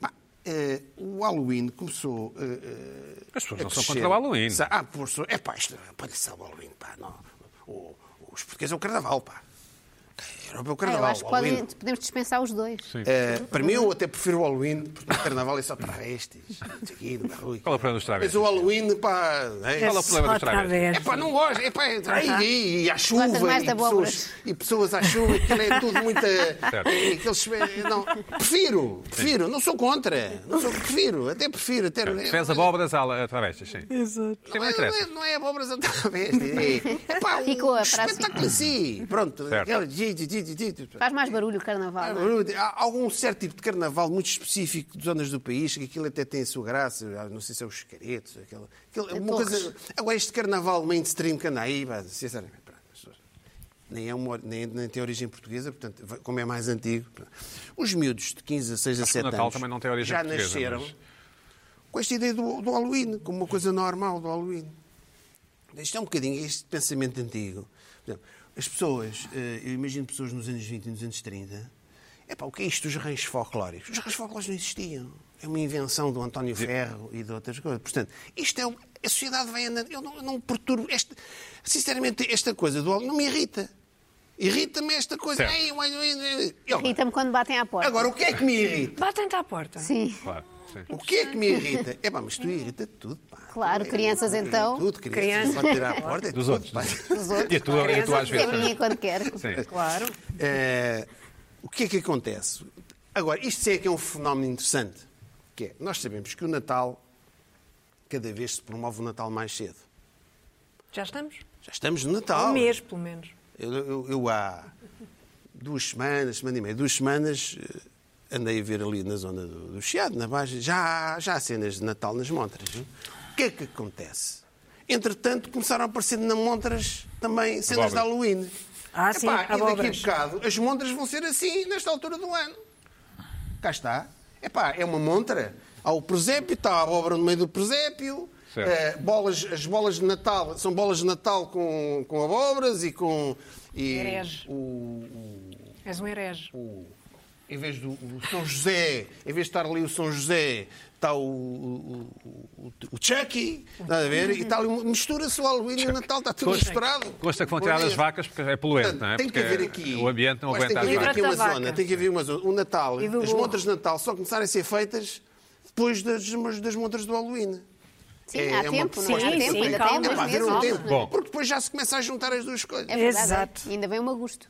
[SPEAKER 2] Pá, eh, o Halloween começou. eh, eh,
[SPEAKER 1] As pessoas
[SPEAKER 2] a
[SPEAKER 1] não são
[SPEAKER 2] crescer.
[SPEAKER 1] contra o Halloween.
[SPEAKER 2] Sa- Ah, por isso. É pá, isto aparece o Halloween, pá. Não. O- os portugueses é o carnaval, pá. A Europa é o
[SPEAKER 5] Ah,
[SPEAKER 2] carnaval.
[SPEAKER 5] eu acho que
[SPEAKER 2] o Halloween.
[SPEAKER 5] podem- podemos dispensar os dois.
[SPEAKER 2] Uh, para mim, eu até prefiro o Halloween, porque o carnaval é só travestis. não sei o quê, não é ruim.
[SPEAKER 1] Qual é o problema dos travestis?
[SPEAKER 2] Mas o Halloween, pá. É,
[SPEAKER 1] Qual é o problema dos
[SPEAKER 4] Só outra
[SPEAKER 1] travestis?
[SPEAKER 4] vez.
[SPEAKER 2] é pá, não gosto. É pá, é, e, e à chuva.
[SPEAKER 5] Gostas mais
[SPEAKER 2] e,
[SPEAKER 5] de abóboras.
[SPEAKER 2] pessoas, e pessoas à chuva, aquilo é tudo muito. é, aqueles, é, não, prefiro, prefiro, não sou contra. Não sou, prefiro, até prefiro. Até,
[SPEAKER 1] Fez abóboras à- travestis, sim.
[SPEAKER 4] Exato.
[SPEAKER 1] Sim, não
[SPEAKER 2] não é, não é,
[SPEAKER 1] interessa.
[SPEAKER 2] não é abóboras outra vez. É, é pá, um
[SPEAKER 5] Ficou a praça.
[SPEAKER 2] espetáculo em si. Pronto.
[SPEAKER 1] Certo.
[SPEAKER 2] aquele gi- gi- gi- gi- gi-
[SPEAKER 5] Faz mais barulho o carnaval. não é?
[SPEAKER 2] Há algum certo tipo de carnaval muito específico de zonas do país, que aquilo até tem a sua graça, Ah, não sei se é os caretos, aquela, aquela-
[SPEAKER 5] É
[SPEAKER 2] uma
[SPEAKER 5] Torres.
[SPEAKER 2] coisa- Agora, este carnaval mainstream que anda aí, pá, sinceramente, pá, as pessoas- nem, é uma or- nem, nem tem origem portuguesa, portanto, vai- como é mais antigo. pá. Os miúdos de 15, 16,
[SPEAKER 1] Acho que o
[SPEAKER 2] 17
[SPEAKER 1] Natal
[SPEAKER 2] anos
[SPEAKER 1] também não tem origem
[SPEAKER 2] já
[SPEAKER 1] portuguesa,
[SPEAKER 2] nasceram
[SPEAKER 1] mas-
[SPEAKER 2] com esta ideia do, do Halloween, como uma coisa normal do Halloween. Isto é um bocadinho este pensamento antigo. Por exemplo, As pessoas, eh, eu imagino pessoas nos anos 20 e nos anos 30. Epá, o que é isto dos ranchos folclóricos? Os ranchos folclóricos não existiam. É uma invenção do António Ferro e de outras coisas. Portanto, isto é. o- A sociedade vai andando. Eu não, eu não perturbo. este- sinceramente, esta coisa do não me irrita. Irrita-me esta coisa.
[SPEAKER 1] Certo.
[SPEAKER 2] Ei, uai, uai, uai. Eu-
[SPEAKER 5] Irrita-me quando batem à porta.
[SPEAKER 2] Agora, o que é que me irrita?
[SPEAKER 4] Batem-te à porta.
[SPEAKER 5] Sim.
[SPEAKER 1] Claro. sim.
[SPEAKER 2] O que é que me irrita? É pá, mas tu irrita tudo, pá.
[SPEAKER 5] Claro,
[SPEAKER 2] Tu
[SPEAKER 5] crianças,
[SPEAKER 2] irrita
[SPEAKER 5] então.
[SPEAKER 2] Tudo, crianças.
[SPEAKER 4] Crianças.
[SPEAKER 2] Pode tirar à porta. é
[SPEAKER 1] Dos
[SPEAKER 2] tudo,
[SPEAKER 1] outros.
[SPEAKER 2] pá.
[SPEAKER 5] Dos outros.
[SPEAKER 1] E a tua, e a tua às
[SPEAKER 5] É
[SPEAKER 1] vezes.
[SPEAKER 5] minha quando quer.
[SPEAKER 1] Sim.
[SPEAKER 4] Claro.
[SPEAKER 2] É, o que é que acontece? Agora, isto é que é um fenómeno interessante, que é, nós sabemos que o Natal, cada vez se promove o Natal mais cedo.
[SPEAKER 4] Já estamos?
[SPEAKER 2] Já estamos no Natal.
[SPEAKER 4] Um mês, pelo menos.
[SPEAKER 2] Eu, eu- eu há duas semanas, semana e meia, duas semanas, eh, andei a ver ali na zona do, do Chiado, na Baixa, já, há- já há cenas de Natal nas montras. viu? O que é que acontece? Entretanto, começaram a aparecer na montras também
[SPEAKER 1] Abóbora.
[SPEAKER 2] cenas de Halloween.
[SPEAKER 4] Ah, sim,
[SPEAKER 2] Epá, e daqui a
[SPEAKER 4] abóboras.
[SPEAKER 2] bocado, as montras vão ser assim, nesta altura do ano. Cá está. Epá, é uma montra. Há o presépio, está a abóbora no meio do presépio.
[SPEAKER 1] Certo.
[SPEAKER 2] Eh, bolas, as bolas de Natal são bolas de Natal com, com abóboras e com. E
[SPEAKER 4] Herege.
[SPEAKER 2] o, o-
[SPEAKER 4] És um herege.
[SPEAKER 2] o- em vez do o São José, em vez de estar ali o São José, está o, o, o, o Chucky, está a ver? E está ali, uma- mistura-se o Halloween e o Natal, está tudo
[SPEAKER 1] Consta-
[SPEAKER 2] misturado.
[SPEAKER 1] Consta que vão tirar as vacas porque é poluente,
[SPEAKER 2] Portanto,
[SPEAKER 1] não é?
[SPEAKER 2] Tem que
[SPEAKER 1] Porque
[SPEAKER 2] haver aqui.
[SPEAKER 1] O ambiente não
[SPEAKER 2] Mas
[SPEAKER 1] aguenta as
[SPEAKER 2] Tem que haver
[SPEAKER 1] vacas.
[SPEAKER 2] aqui uma
[SPEAKER 4] Vaca.
[SPEAKER 2] zona. Tem que haver uma zona. O Natal,
[SPEAKER 4] E do
[SPEAKER 2] as
[SPEAKER 4] burro.
[SPEAKER 2] montas de Natal só começarem a ser feitas depois das, das montas do Halloween.
[SPEAKER 5] Sim,
[SPEAKER 2] É-
[SPEAKER 5] há
[SPEAKER 2] é uma
[SPEAKER 5] tempo, não é?
[SPEAKER 4] proposta-
[SPEAKER 5] Há
[SPEAKER 4] Sim,
[SPEAKER 5] tempo,
[SPEAKER 4] sim,
[SPEAKER 5] ainda tem
[SPEAKER 4] calma,
[SPEAKER 5] dois
[SPEAKER 2] É pá,
[SPEAKER 4] calma.
[SPEAKER 5] meses.
[SPEAKER 2] haver um
[SPEAKER 5] não é?
[SPEAKER 2] tempo.
[SPEAKER 1] Bom.
[SPEAKER 2] Porque depois já se começa a juntar as duas coisas.
[SPEAKER 5] É verdade.
[SPEAKER 4] Exato.
[SPEAKER 5] Ainda vem o agosto.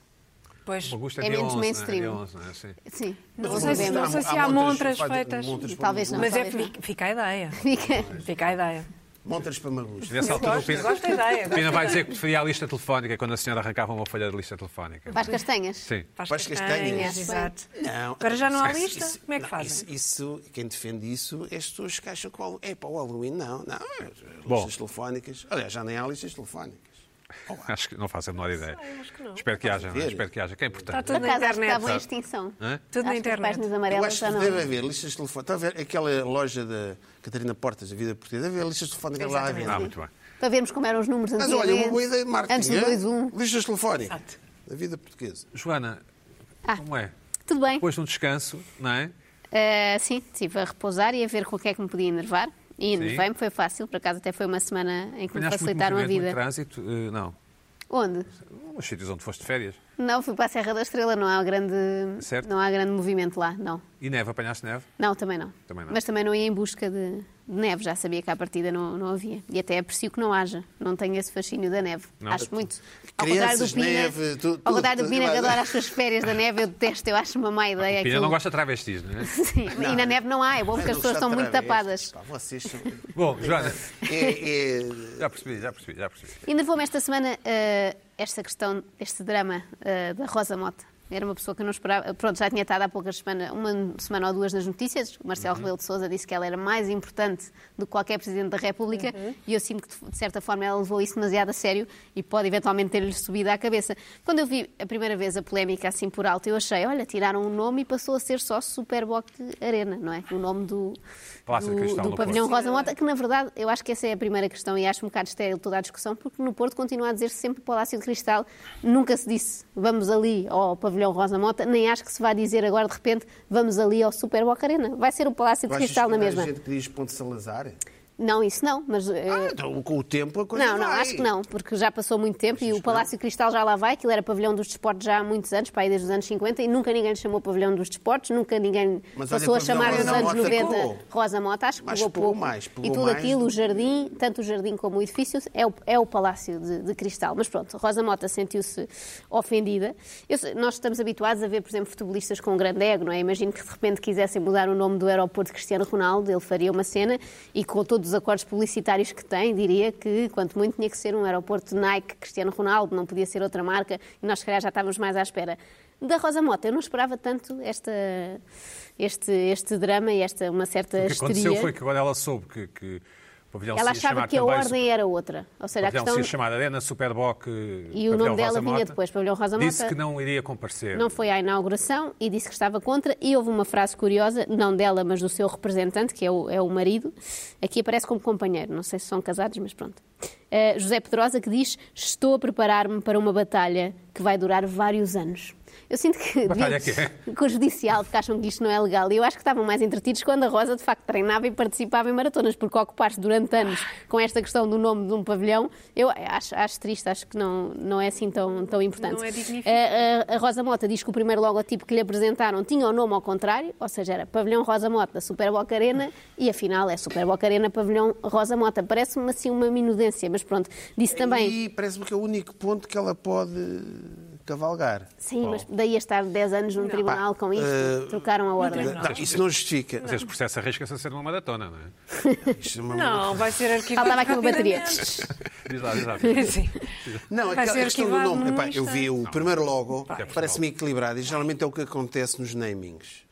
[SPEAKER 4] Pois.
[SPEAKER 1] Augusto
[SPEAKER 5] É
[SPEAKER 1] dia 11,
[SPEAKER 5] menos
[SPEAKER 1] não é? Dia
[SPEAKER 5] mainstream.
[SPEAKER 1] 11, não é? Sim.
[SPEAKER 5] Sim.
[SPEAKER 4] Não sei se-
[SPEAKER 5] Novembro.
[SPEAKER 4] não sei se há montras
[SPEAKER 2] para-
[SPEAKER 4] feitas.
[SPEAKER 2] montas para
[SPEAKER 5] Talvez não.
[SPEAKER 4] Mas é,
[SPEAKER 5] talvez
[SPEAKER 4] fi- fica a ideia.
[SPEAKER 5] Fica.
[SPEAKER 4] Fica a ideia.
[SPEAKER 2] Montas para Magus.
[SPEAKER 1] Nessa altura, o
[SPEAKER 4] Gosto,
[SPEAKER 1] Pina,
[SPEAKER 4] gosto é da ideia.
[SPEAKER 1] Pina vai dizer que preferia a lista telefónica quando a senhora arrancava uma folha de lista telefónica.
[SPEAKER 5] Para as castanhas.
[SPEAKER 1] Sim.
[SPEAKER 2] Para as castanhas.
[SPEAKER 4] Exato.
[SPEAKER 2] Não.
[SPEAKER 4] Agora já não há
[SPEAKER 2] Isso-
[SPEAKER 4] lista?
[SPEAKER 2] isso-
[SPEAKER 4] Como é que
[SPEAKER 2] não,
[SPEAKER 4] fazem?
[SPEAKER 2] Isso, isso- quem defende isso é as pessoas que acham que o Hall- é para o Halloween. Não, não. é-
[SPEAKER 1] Bom.
[SPEAKER 2] Listas telefónicas. Aliás, já nem há listas telefónicas.
[SPEAKER 1] Acho que não faço a menor ideia.
[SPEAKER 4] acho que não.
[SPEAKER 1] Espero que haja, não é?
[SPEAKER 2] ver.
[SPEAKER 1] Espero que haja. Que é
[SPEAKER 4] Está
[SPEAKER 1] importante. é?
[SPEAKER 4] tudo
[SPEAKER 5] Por
[SPEAKER 4] na
[SPEAKER 5] acaso acho que
[SPEAKER 4] internet.
[SPEAKER 5] estavam em extinção.
[SPEAKER 1] Hã?
[SPEAKER 4] Tudo na
[SPEAKER 5] Acho que as
[SPEAKER 4] internet.
[SPEAKER 5] páginas
[SPEAKER 2] Eu
[SPEAKER 5] amarelas
[SPEAKER 2] acho
[SPEAKER 5] já
[SPEAKER 2] que
[SPEAKER 5] não.
[SPEAKER 2] deve haver listas telefónicas. Está a ver aquela loja da Catarina Portas, da Vida Portuguesa, deve haver listas telefónicas lá à
[SPEAKER 4] Exatamente.
[SPEAKER 1] Ah,
[SPEAKER 2] venda.
[SPEAKER 1] muito bem.
[SPEAKER 5] Para vermos como eram os números
[SPEAKER 2] Mas
[SPEAKER 5] antigamente.
[SPEAKER 2] olha, uma é boa ideia, Marta.
[SPEAKER 5] Antes do 2-1.
[SPEAKER 2] Listas telefónicas.
[SPEAKER 4] Exato.
[SPEAKER 2] Da Vida Portuguesa.
[SPEAKER 1] Joana,
[SPEAKER 5] Ah.
[SPEAKER 1] como é?
[SPEAKER 5] Tudo bem.
[SPEAKER 1] Depois de um descanso, não é?
[SPEAKER 5] Ah, sim, estive a repousar e a ver com o que é que me podia enervar. E enervei-me, foi fácil. Por acaso até foi uma semana em que
[SPEAKER 1] Apanhaste
[SPEAKER 5] me
[SPEAKER 1] muito
[SPEAKER 5] facilitaram a
[SPEAKER 1] movimento, muito
[SPEAKER 5] vida.
[SPEAKER 1] trânsito? Eh, Não.
[SPEAKER 5] Onde?
[SPEAKER 1] Os sítios onde foste de férias.
[SPEAKER 5] Não, fui para a Serra da Estrela, não há grande,
[SPEAKER 1] Certo.
[SPEAKER 5] não há grande movimento lá, não.
[SPEAKER 1] E neve, apanhaste neve?
[SPEAKER 5] Não, também não.
[SPEAKER 1] Também não.
[SPEAKER 5] Mas também não ia em busca de, de neve, já sabia que à partida não, não havia. E até aprecio que não haja, não tenho esse fascínio da neve.
[SPEAKER 1] Não.
[SPEAKER 5] Acho muito.
[SPEAKER 2] Crianças, neve, tu-
[SPEAKER 5] ao
[SPEAKER 2] tudo,
[SPEAKER 5] contrário do
[SPEAKER 2] tudo.
[SPEAKER 5] Pina que adora as suas férias da neve, eu detesto, eu acho uma má ideia.
[SPEAKER 1] Ah, Pina não
[SPEAKER 5] É aquilo.
[SPEAKER 1] gosta de travestis, não é?
[SPEAKER 5] Sim, e na neve não há, é bom porque as pessoas estão muito tapadas.
[SPEAKER 2] Pá, vocês são...
[SPEAKER 1] Bom, Joana,
[SPEAKER 2] É, é...
[SPEAKER 1] já percebi, já percebi, já percebi.
[SPEAKER 5] Enervou-me esta semana eh, esta questão, este drama eh, da Rosa Mota. Era uma pessoa que eu não esperava. Pronto, já tinha estado há poucas semanas, uma semana ou duas nas notícias. O
[SPEAKER 1] Uhum.
[SPEAKER 5] Marcelo Rebelo de Souza disse que ela era mais importante do que qualquer Presidente da República
[SPEAKER 1] Uhum.
[SPEAKER 5] e eu sinto que, de- de certa forma, ela levou isso demasiado a sério e pode eventualmente ter-lhe subido à cabeça. Quando eu vi a primeira vez a polémica assim por alto, eu achei, olha, tiraram o nome e passou a ser só Superboc Arena, não é? O nome do,
[SPEAKER 1] Palácio de
[SPEAKER 5] do,
[SPEAKER 1] Cristal,
[SPEAKER 5] do
[SPEAKER 1] no
[SPEAKER 5] pavilhão
[SPEAKER 1] Porto.
[SPEAKER 5] Rosa Mota, que na verdade eu acho que essa é a primeira questão e acho um bocado estéril toda a discussão, porque no Porto continua a dizer-se sempre Palácio de Cristal, nunca se disse vamos ali ao Pavilhão Rosa Mota, nem acho que se vá dizer agora de repente vamos ali ao Super Boca Arena. Vai ser o Palácio de
[SPEAKER 2] Tu achas
[SPEAKER 5] Cristal
[SPEAKER 2] que
[SPEAKER 5] na
[SPEAKER 2] há
[SPEAKER 5] mesma. É.
[SPEAKER 2] gente que diz Ponte Salazar?
[SPEAKER 5] Não, isso não, mas. eh,
[SPEAKER 2] Ah, então com o tempo a coisa
[SPEAKER 5] Não, não,
[SPEAKER 2] vai. é,
[SPEAKER 5] acho que não, porque já passou muito tempo e o Palácio de Cristal já lá vai, aquilo era pavilhão dos desportos já há muitos anos, para aí desde os anos 50, e nunca ninguém lhe chamou pavilhão dos desportos, nunca ninguém
[SPEAKER 2] Mas olha,
[SPEAKER 5] passou a
[SPEAKER 2] pavilhão
[SPEAKER 5] chamar nos
[SPEAKER 2] Rosa
[SPEAKER 5] anos
[SPEAKER 2] Mota
[SPEAKER 5] 90
[SPEAKER 2] ficou.
[SPEAKER 5] Rosa Mota, acho que
[SPEAKER 2] Mas
[SPEAKER 5] pegou
[SPEAKER 2] pegou
[SPEAKER 5] pouco.
[SPEAKER 2] mais, pegou
[SPEAKER 5] e tudo
[SPEAKER 2] mais
[SPEAKER 5] aquilo,
[SPEAKER 2] do
[SPEAKER 5] o jardim, tanto o jardim como o edifício, é o, é o Palácio de, de Cristal. Mas pronto, Rosa Mota sentiu-se ofendida. Eu sei- nós estamos habituados a ver, por exemplo, futebolistas com grande ego, não é? Imagino que de repente quisessem mudar o nome do aeroporto de Cristiano Ronaldo, ele faria uma cena e com todos os acordos publicitários que tem, diria que quanto muito tinha que ser um aeroporto Nike Cristiano Ronaldo, não podia ser outra marca e nós se calhar já estávamos mais à espera. Da Rosa Mota, eu não esperava tanto esta, este, este drama e esta, uma certa
[SPEAKER 1] O que aconteceu
[SPEAKER 5] histeria.
[SPEAKER 1] foi que quando ela soube que, que o pavilhão
[SPEAKER 5] Ela
[SPEAKER 1] se ia
[SPEAKER 5] achava
[SPEAKER 1] chamar
[SPEAKER 5] que a
[SPEAKER 1] também-
[SPEAKER 5] ordem era outra. Ou
[SPEAKER 1] o
[SPEAKER 5] seja, a
[SPEAKER 1] pavilhão
[SPEAKER 5] questão
[SPEAKER 1] se ia chamar Arena Superboc
[SPEAKER 5] E o nome dela vinha depois, Pavilhão Rosa Mota.
[SPEAKER 1] Disse que não iria comparecer.
[SPEAKER 5] não foi à inauguração e disse que estava contra. E houve uma frase curiosa, não dela, mas do seu representante, que é o, é o marido. Aqui aparece como companheiro. Não sei se são casados, mas pronto. Eh, eh, José Pedrosa, que diz: Estou a preparar-me para uma batalha que vai durar vários anos. Eu sinto que.
[SPEAKER 1] Batalha
[SPEAKER 5] devia-
[SPEAKER 1] que é?
[SPEAKER 5] com o judicial, porque acham que isto não é legal. E eu acho que estavam mais entretidos quando a Rosa, de facto, treinava e participava em maratonas, porque ocupar-se durante anos com esta questão do nome de um pavilhão, eu acho, acho triste, acho que não, não é assim tão, tão importante. Eh,
[SPEAKER 4] Não é dignificante.
[SPEAKER 5] A- a, a Rosa Mota diz que o primeiro logotipo que lhe apresentaram tinha o nome ao contrário, ou seja, era Pavilhão Rosa Mota, Super Boca Arena, e afinal é Super Boca Arena, Pavilhão Rosa Mota. Parece-me assim uma minudência, mas pronto, disse também.
[SPEAKER 2] E parece-me que é o único ponto que ela pode cavalgar.
[SPEAKER 5] Sim, mas daí a estar 10 anos num tribunal com isto,
[SPEAKER 1] eh,
[SPEAKER 5] trocaram a ordem.
[SPEAKER 2] Não, isso não justifica.
[SPEAKER 1] Mas este processo arrisca-se a ser uma maratona, não é?
[SPEAKER 2] Isto é uma-
[SPEAKER 4] Não, vai ser arquivado.
[SPEAKER 5] Faltava aqui uma bateria.
[SPEAKER 4] rapidamente.
[SPEAKER 1] Diz lá, diz lá.
[SPEAKER 4] Sim.
[SPEAKER 2] Não,
[SPEAKER 4] Vai
[SPEAKER 2] aquela
[SPEAKER 4] ser
[SPEAKER 2] a questão do
[SPEAKER 4] arquivado
[SPEAKER 2] nome.
[SPEAKER 4] num
[SPEAKER 2] Epá, eu vi o primeiro logo,
[SPEAKER 1] é possível.
[SPEAKER 2] parece-me equilibrado, e geralmente é o que acontece nos namings.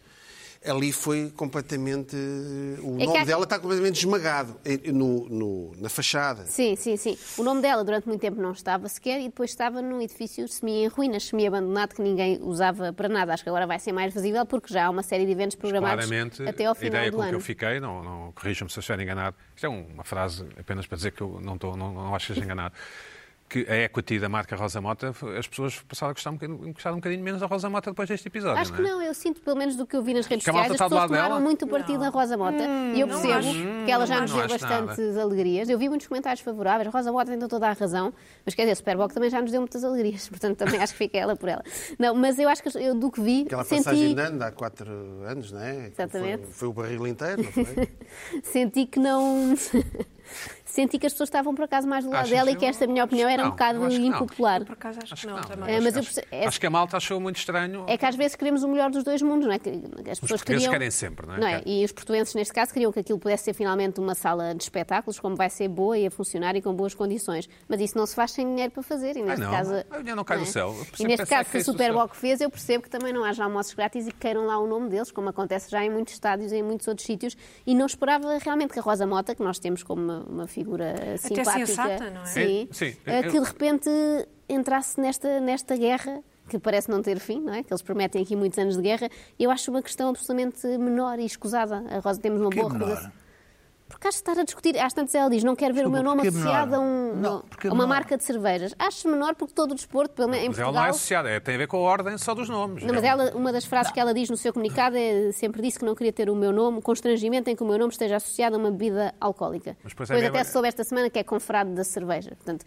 [SPEAKER 2] Ali foi completamente.
[SPEAKER 4] É
[SPEAKER 2] O
[SPEAKER 5] que
[SPEAKER 2] nome
[SPEAKER 5] há-
[SPEAKER 2] dela está completamente esmagado eh, no- no- na fachada.
[SPEAKER 5] Sim, sim, sim. O nome dela durante muito tempo não estava sequer e depois estava num edifício semi em ruínas, semi abandonado que ninguém usava para nada. Acho que agora vai ser mais visível porque já há uma série de eventos programados
[SPEAKER 1] Claramente,
[SPEAKER 5] até ao
[SPEAKER 1] a
[SPEAKER 5] final
[SPEAKER 1] ideia
[SPEAKER 5] do
[SPEAKER 1] com que
[SPEAKER 5] ano.
[SPEAKER 1] eu fiquei, não, não corrijam-me se eu estiver enganado, isto é uma frase apenas para dizer que eu não, estou, não, não acho que esteja enganado, que a equity da marca Rosa Mota, as pessoas passaram a gostar um bocadinho, gostar um bocadinho menos da Rosa Mota depois deste episódio, é?
[SPEAKER 5] Acho que não, eu sinto pelo menos do que eu vi nas redes
[SPEAKER 1] né? Que a malta
[SPEAKER 5] sociais,
[SPEAKER 1] está
[SPEAKER 5] as
[SPEAKER 1] do
[SPEAKER 5] pessoas
[SPEAKER 1] lado dela? Hum,
[SPEAKER 5] tomaram muito partido da Rosa Mota e eu percebo
[SPEAKER 4] acho.
[SPEAKER 5] que ela já
[SPEAKER 4] Não
[SPEAKER 5] nos
[SPEAKER 1] acho
[SPEAKER 5] deu
[SPEAKER 1] nada.
[SPEAKER 5] bastantes alegrias. Eu vi muitos comentários favoráveis, Rosa Mota tem toda a razão, mas quer dizer, Superboc também já nos deu muitas alegrias, portanto também acho que fica ela por ela. Não, mas eu acho que eu do que vi,
[SPEAKER 2] Aquela
[SPEAKER 5] senti
[SPEAKER 2] passagem de
[SPEAKER 1] né?
[SPEAKER 2] ano há quatro anos, não é?
[SPEAKER 5] Exatamente.
[SPEAKER 2] Foi, foi o barril inteiro, não foi?
[SPEAKER 5] senti que não. senti que as pessoas estavam por acaso mais do lado
[SPEAKER 1] Achas
[SPEAKER 5] dela e
[SPEAKER 1] que
[SPEAKER 5] que esta
[SPEAKER 1] não?
[SPEAKER 5] minha opinião
[SPEAKER 1] Acho
[SPEAKER 5] era
[SPEAKER 1] que não,
[SPEAKER 5] um bocado
[SPEAKER 1] acho que não.
[SPEAKER 5] impopular.
[SPEAKER 4] Por acaso acho, que não,
[SPEAKER 1] não.
[SPEAKER 4] também.
[SPEAKER 5] É, mas eu
[SPEAKER 1] acho,
[SPEAKER 5] perce- é-
[SPEAKER 1] acho que a malta achou muito estranho.
[SPEAKER 5] É que às vezes queremos o melhor dos dois mundos, não é? Que as pessoas
[SPEAKER 1] portugueses
[SPEAKER 5] queriam-
[SPEAKER 1] querem sempre, não é?
[SPEAKER 5] E os portuenses, neste caso, queriam que aquilo pudesse ser finalmente uma sala de espetáculos, como vai ser boa e a funcionar e com boas condições. Mas isso não se faz sem dinheiro para fazer. E neste
[SPEAKER 1] não,
[SPEAKER 5] caso, é?
[SPEAKER 1] o dinheiro não cai do céu. Eu
[SPEAKER 5] E
[SPEAKER 1] percebo-
[SPEAKER 5] neste
[SPEAKER 1] pensei que
[SPEAKER 5] caso, se a
[SPEAKER 1] caísse do
[SPEAKER 5] Superboc fez, eu percebo que também não haja almoços grátis e que queiram lá o nome deles, como acontece já em muitos estádios e em muitos outros sítios. E não esperava realmente que a Rosa Mota, que nós temos como uma, uma figura simpática,
[SPEAKER 4] sensata, não é?
[SPEAKER 5] Sim,
[SPEAKER 1] É, sim.
[SPEAKER 5] eh,
[SPEAKER 1] Eu-
[SPEAKER 5] que de repente entrasse nesta, nesta guerra que parece não ter fim, não é? Que eles prometem aqui muitos anos de guerra. Eu acho uma questão absolutamente menor e escusada. A Rosa temos uma
[SPEAKER 3] Porquê
[SPEAKER 5] boa
[SPEAKER 3] menor?
[SPEAKER 5] recordação. Porque acho que estar a discutir, às tantas ela diz, não quero ver o meu
[SPEAKER 3] Desculpa,
[SPEAKER 5] nome
[SPEAKER 3] porquê menor?
[SPEAKER 5] associado a, um-
[SPEAKER 3] Não,
[SPEAKER 5] a
[SPEAKER 3] porquê
[SPEAKER 5] uma
[SPEAKER 3] menor?
[SPEAKER 5] marca de cervejas. Acho menor porque todo o desporto, pelo menos em
[SPEAKER 1] Mas ela não é
[SPEAKER 5] Portugal,
[SPEAKER 1] associada, é, tem a ver com a ordem só dos nomes. É
[SPEAKER 5] não, mas ela- uma das frases que ela diz no seu comunicado é sempre disse que não queria ter o meu nome, constrangimento em que o meu nome esteja associado a uma bebida alcoólica.
[SPEAKER 1] Mas
[SPEAKER 5] depois
[SPEAKER 1] depois é mesmo-
[SPEAKER 5] até se soube esta semana que é confrado da cerveja. Portanto,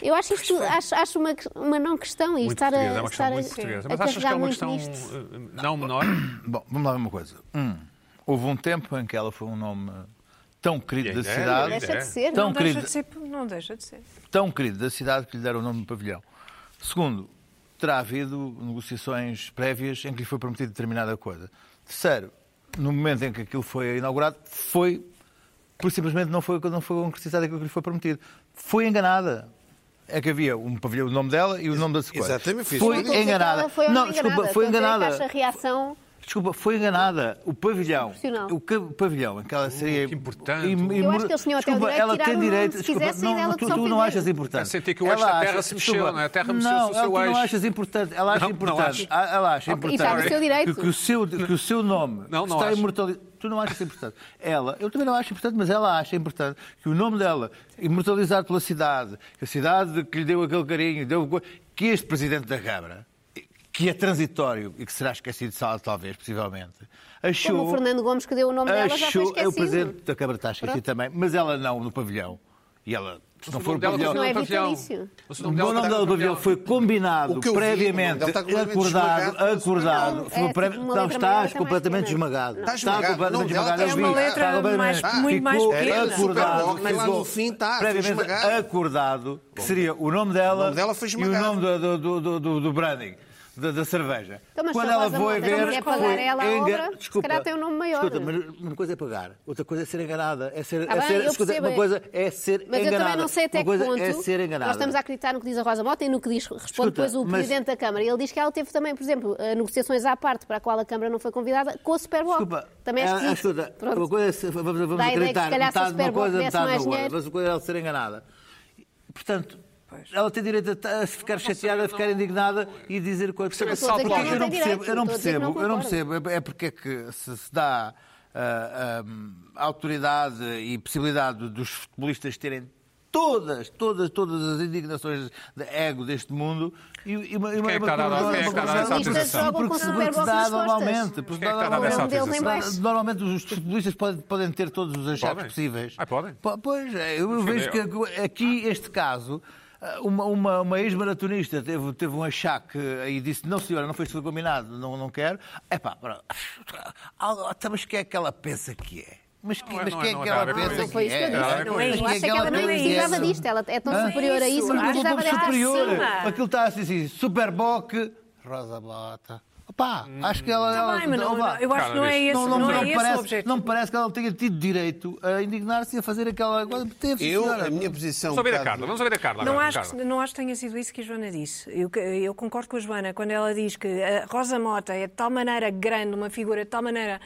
[SPEAKER 5] eu acho isto acho, acho uma, uma não questão e
[SPEAKER 1] Muito
[SPEAKER 5] estar
[SPEAKER 1] portuguesa,
[SPEAKER 5] a,
[SPEAKER 1] é uma
[SPEAKER 5] estar
[SPEAKER 1] questão
[SPEAKER 5] a,
[SPEAKER 1] muito portuguesa.
[SPEAKER 5] a
[SPEAKER 1] Mas achas que é
[SPEAKER 5] carregar
[SPEAKER 1] uma
[SPEAKER 5] muito
[SPEAKER 1] questão
[SPEAKER 5] nisto.
[SPEAKER 1] eh, não menor?
[SPEAKER 3] Bom, vamos lá ver uma coisa. Um, houve um tempo em que ela foi um nome tão querido
[SPEAKER 1] Ainda
[SPEAKER 3] da
[SPEAKER 1] é,
[SPEAKER 3] cidade.
[SPEAKER 1] ainda
[SPEAKER 5] Deixa de ser.
[SPEAKER 3] Então,
[SPEAKER 4] não, deixa
[SPEAKER 3] querido.
[SPEAKER 4] de ser, não deixa de ser.
[SPEAKER 3] tão querido da cidade que lhe deram o nome do pavilhão. Segundo, terá havido negociações prévias em que lhe foi prometida determinada coisa. Terceiro, no momento em que aquilo foi inaugurado, foi, por simplesmente não foi, não foi concretizado aquilo que lhe foi prometido. Foi enganada. É que havia um pavilhão, o nome dela e o nome da sequência.
[SPEAKER 2] Exatamente, fiz
[SPEAKER 3] Foi
[SPEAKER 2] isso.
[SPEAKER 5] Tudo
[SPEAKER 3] enganada.
[SPEAKER 5] Então, ela Foi
[SPEAKER 3] não,
[SPEAKER 5] uma enganada.
[SPEAKER 3] desculpa, foi
[SPEAKER 5] Portanto, é
[SPEAKER 3] enganada.
[SPEAKER 5] que acho a reação
[SPEAKER 3] Desculpa, foi enganada. O pavilhão.
[SPEAKER 5] Profissional.
[SPEAKER 3] O que- o pavilhão, aquela seria.
[SPEAKER 1] Hum, que importante.
[SPEAKER 5] Eu acho que eles tinham até o direito
[SPEAKER 3] desculpa,
[SPEAKER 5] de
[SPEAKER 3] ela
[SPEAKER 5] tirar
[SPEAKER 3] tem
[SPEAKER 5] o nome,
[SPEAKER 3] direito.
[SPEAKER 5] se
[SPEAKER 3] desculpa,
[SPEAKER 5] quisessem,
[SPEAKER 3] não,
[SPEAKER 5] dela
[SPEAKER 3] tu,
[SPEAKER 5] só
[SPEAKER 3] tu não
[SPEAKER 5] fez
[SPEAKER 3] achas
[SPEAKER 5] isso.
[SPEAKER 3] importante.
[SPEAKER 1] Eu senti que o eixo
[SPEAKER 3] Ela
[SPEAKER 1] da terra
[SPEAKER 3] acha-
[SPEAKER 1] se mexeu,
[SPEAKER 3] desculpa,
[SPEAKER 1] não é? A terra mexeu-se
[SPEAKER 3] não,
[SPEAKER 1] o seu
[SPEAKER 3] ela, tu
[SPEAKER 1] eixo.
[SPEAKER 3] não achas importante. Ela acha
[SPEAKER 1] Não, não
[SPEAKER 3] importante.
[SPEAKER 1] acho.
[SPEAKER 3] Ah, Ela
[SPEAKER 5] Ok, e
[SPEAKER 3] acha importante.
[SPEAKER 5] está no seu direito.
[SPEAKER 3] Que, que o seu, que o seu nome
[SPEAKER 1] Não, não
[SPEAKER 3] está
[SPEAKER 1] acho.
[SPEAKER 3] imortalizado. Tu não achas importante. Ela, eu também não acho importante, mas ela acha importante que o nome dela, imortalizado pela cidade, que a cidade que lhe deu aquele carinho, deu, que este presidente da Câmara, que é transitório e que será esquecido, sal- talvez, possivelmente, achou.
[SPEAKER 5] como o Fernando Gomes que deu o nome dela já foi
[SPEAKER 3] Achou, é o
[SPEAKER 5] esquecido.
[SPEAKER 3] presidente da Câmara está esquecido também, mas ela não, no pavilhão. E ela, se não for o
[SPEAKER 1] dela
[SPEAKER 3] pavilhão.
[SPEAKER 5] Não é
[SPEAKER 1] continua no pavilhão.
[SPEAKER 5] vitalício.
[SPEAKER 1] O
[SPEAKER 3] O
[SPEAKER 1] nome dela tá-
[SPEAKER 3] nome
[SPEAKER 1] está
[SPEAKER 3] dela
[SPEAKER 1] no
[SPEAKER 3] do pavilhão foi combinado
[SPEAKER 2] O que eu vi, tá o tá nome
[SPEAKER 3] previamente,
[SPEAKER 2] dela está completamente
[SPEAKER 3] acordado,
[SPEAKER 2] esmagado.
[SPEAKER 3] acordado.
[SPEAKER 5] Não,
[SPEAKER 3] foi
[SPEAKER 5] é tipo
[SPEAKER 3] pré-
[SPEAKER 5] uma
[SPEAKER 3] não,
[SPEAKER 5] letra maior,
[SPEAKER 3] estás
[SPEAKER 5] está
[SPEAKER 3] completamente
[SPEAKER 5] mais pequena. É
[SPEAKER 3] esmagado.
[SPEAKER 2] Está
[SPEAKER 3] Está
[SPEAKER 2] esmagado. Tá
[SPEAKER 3] completamente
[SPEAKER 2] Não, dela
[SPEAKER 3] esmagado. eu
[SPEAKER 2] tem
[SPEAKER 3] vi.
[SPEAKER 2] uma
[SPEAKER 4] letra
[SPEAKER 3] Está completamente-
[SPEAKER 4] mais- muito mais
[SPEAKER 3] ficou
[SPEAKER 4] pequena.
[SPEAKER 3] acordado,
[SPEAKER 2] Superboc, lá no
[SPEAKER 3] ficou
[SPEAKER 2] fim está, foi
[SPEAKER 3] previamente
[SPEAKER 2] esmagado.
[SPEAKER 3] acordado, que seria o nome dela,
[SPEAKER 2] O nome dela foi
[SPEAKER 3] e o
[SPEAKER 2] esmagado.
[SPEAKER 3] nome do, do- do- do- do branding, da, da cerveja.
[SPEAKER 5] Então, mas
[SPEAKER 3] Quando
[SPEAKER 5] se a
[SPEAKER 3] ela
[SPEAKER 5] Rosa
[SPEAKER 3] foi
[SPEAKER 5] Mota não
[SPEAKER 3] ver...
[SPEAKER 5] quer
[SPEAKER 3] foi
[SPEAKER 5] pagar ela a
[SPEAKER 3] engan-
[SPEAKER 5] obra, se calhar tem um nome maior.
[SPEAKER 3] Escuta, mas uma coisa é pagar, outra coisa é ser enganada. É ser,
[SPEAKER 5] Tá
[SPEAKER 3] é
[SPEAKER 5] bem,
[SPEAKER 3] ser,
[SPEAKER 5] eu
[SPEAKER 3] escuta,
[SPEAKER 5] percebo.
[SPEAKER 3] uma coisa é ser
[SPEAKER 5] Mas
[SPEAKER 3] enganada.
[SPEAKER 5] eu também não sei até
[SPEAKER 3] uma
[SPEAKER 5] que
[SPEAKER 3] coisa
[SPEAKER 5] ponto
[SPEAKER 3] é ser enganada.
[SPEAKER 5] nós estamos a acreditar no que diz a Rosa Mota e no que diz, responde
[SPEAKER 3] Escuta,
[SPEAKER 5] depois o
[SPEAKER 3] mas-
[SPEAKER 5] Presidente da Câmara. Ele diz que ela teve também, por exemplo, eh, negociações à parte para a qual a Câmara não foi convidada com o Superboc.
[SPEAKER 3] Desculpa,
[SPEAKER 5] também é
[SPEAKER 3] ah,
[SPEAKER 5] esquisito.
[SPEAKER 3] escuta,
[SPEAKER 5] Pronto.
[SPEAKER 3] uma coisa é se- vamos, vamos
[SPEAKER 5] Dá a ideia que
[SPEAKER 3] acreditar,
[SPEAKER 5] se calhar se o
[SPEAKER 3] metade de uma
[SPEAKER 5] Super Bowl
[SPEAKER 3] coisa,
[SPEAKER 5] tivesse
[SPEAKER 3] metade
[SPEAKER 5] mais
[SPEAKER 3] da outra,
[SPEAKER 5] dinheiro-
[SPEAKER 3] mas a coisa é ela ser enganada. Portanto, ela tem direito a ta- a ficar chateada, a ficar indignada e dizer coisas.
[SPEAKER 1] Não estou a
[SPEAKER 5] dizer que ela
[SPEAKER 3] eu não
[SPEAKER 5] não tem
[SPEAKER 3] percebo,
[SPEAKER 5] direito,
[SPEAKER 3] eu não
[SPEAKER 5] estou a dizer que
[SPEAKER 3] percebo,
[SPEAKER 5] não
[SPEAKER 3] eu não
[SPEAKER 5] concordo.
[SPEAKER 3] percebo. É é porque é que se, se dá ah, ah, autoridade e possibilidade dos futebolistas terem todas, todas, todas as indignações de ego deste mundo e, e uma, e uma,
[SPEAKER 1] Quem é que está a dar-
[SPEAKER 3] uma-
[SPEAKER 1] quem é que está a dar
[SPEAKER 3] uma-
[SPEAKER 1] essa autorização?
[SPEAKER 5] Jogam com
[SPEAKER 3] Porque,
[SPEAKER 5] Super
[SPEAKER 3] porque
[SPEAKER 5] Bowl
[SPEAKER 3] se dá
[SPEAKER 5] nas costas.
[SPEAKER 3] normalmente. Porque
[SPEAKER 1] Quem é
[SPEAKER 3] dá
[SPEAKER 1] que está a dar essa
[SPEAKER 5] Não deu nem
[SPEAKER 1] autorização?
[SPEAKER 5] baixo.
[SPEAKER 3] Normalmente os futebolistas podem, podem ter todos os achados
[SPEAKER 1] Podem.
[SPEAKER 3] possíveis.
[SPEAKER 1] Ah, podem?
[SPEAKER 3] Po- Pois, é, eu vejo que aqui este caso, ah, uma, uma, uma ex-maratonista teve, teve um achaque ah, e disse, não senhora, não foi isso que foi combinado, não, não quero. Epá, pá, mas quem é que ela pensa que é? Mas, que,
[SPEAKER 1] Não é-
[SPEAKER 3] mas
[SPEAKER 1] não é-
[SPEAKER 3] quem é
[SPEAKER 1] não
[SPEAKER 3] que
[SPEAKER 1] tem a
[SPEAKER 3] ela
[SPEAKER 1] ver com
[SPEAKER 3] pensa
[SPEAKER 1] isso.
[SPEAKER 5] Não foi isso que eu
[SPEAKER 3] que
[SPEAKER 1] Não,
[SPEAKER 5] disse.
[SPEAKER 1] não é
[SPEAKER 5] Eu
[SPEAKER 4] isso.
[SPEAKER 5] acho é que ela não
[SPEAKER 4] Não é isso.
[SPEAKER 5] precisava disto. Ela é tão
[SPEAKER 3] Hã?
[SPEAKER 5] superior a isso.
[SPEAKER 4] Isso,
[SPEAKER 5] Não
[SPEAKER 4] acho que
[SPEAKER 5] precisava
[SPEAKER 4] é
[SPEAKER 5] desta
[SPEAKER 3] um superior.
[SPEAKER 4] acima.
[SPEAKER 3] Aquilo está assim, assim Superboc, Rosa Bota. Opá, acho que ela...
[SPEAKER 4] Está
[SPEAKER 3] ela-
[SPEAKER 4] Tá bem, mas não,
[SPEAKER 3] opá.
[SPEAKER 4] não, eu acho que não é esse,
[SPEAKER 3] Não,
[SPEAKER 4] não,
[SPEAKER 3] não, me
[SPEAKER 4] é
[SPEAKER 3] não
[SPEAKER 4] esse o
[SPEAKER 3] parece,
[SPEAKER 4] objetivo.
[SPEAKER 3] não me parece que ela tenha tido direito a indignar-se e a fazer aquela coisa. Teve,
[SPEAKER 2] Eu,
[SPEAKER 3] senhora.
[SPEAKER 2] a minha posição.
[SPEAKER 1] Vamos ouvir a
[SPEAKER 2] um bocado-
[SPEAKER 1] Carla, vamos ouvir a Carla.
[SPEAKER 4] Não
[SPEAKER 1] agora,
[SPEAKER 4] acho,
[SPEAKER 1] Carla.
[SPEAKER 4] que, não acho que tenha sido isso que a Joana disse. Eu, que- eu concordo com a Joana quando ela diz que a Rosa Mota é de tal maneira grande, uma figura de tal maneira,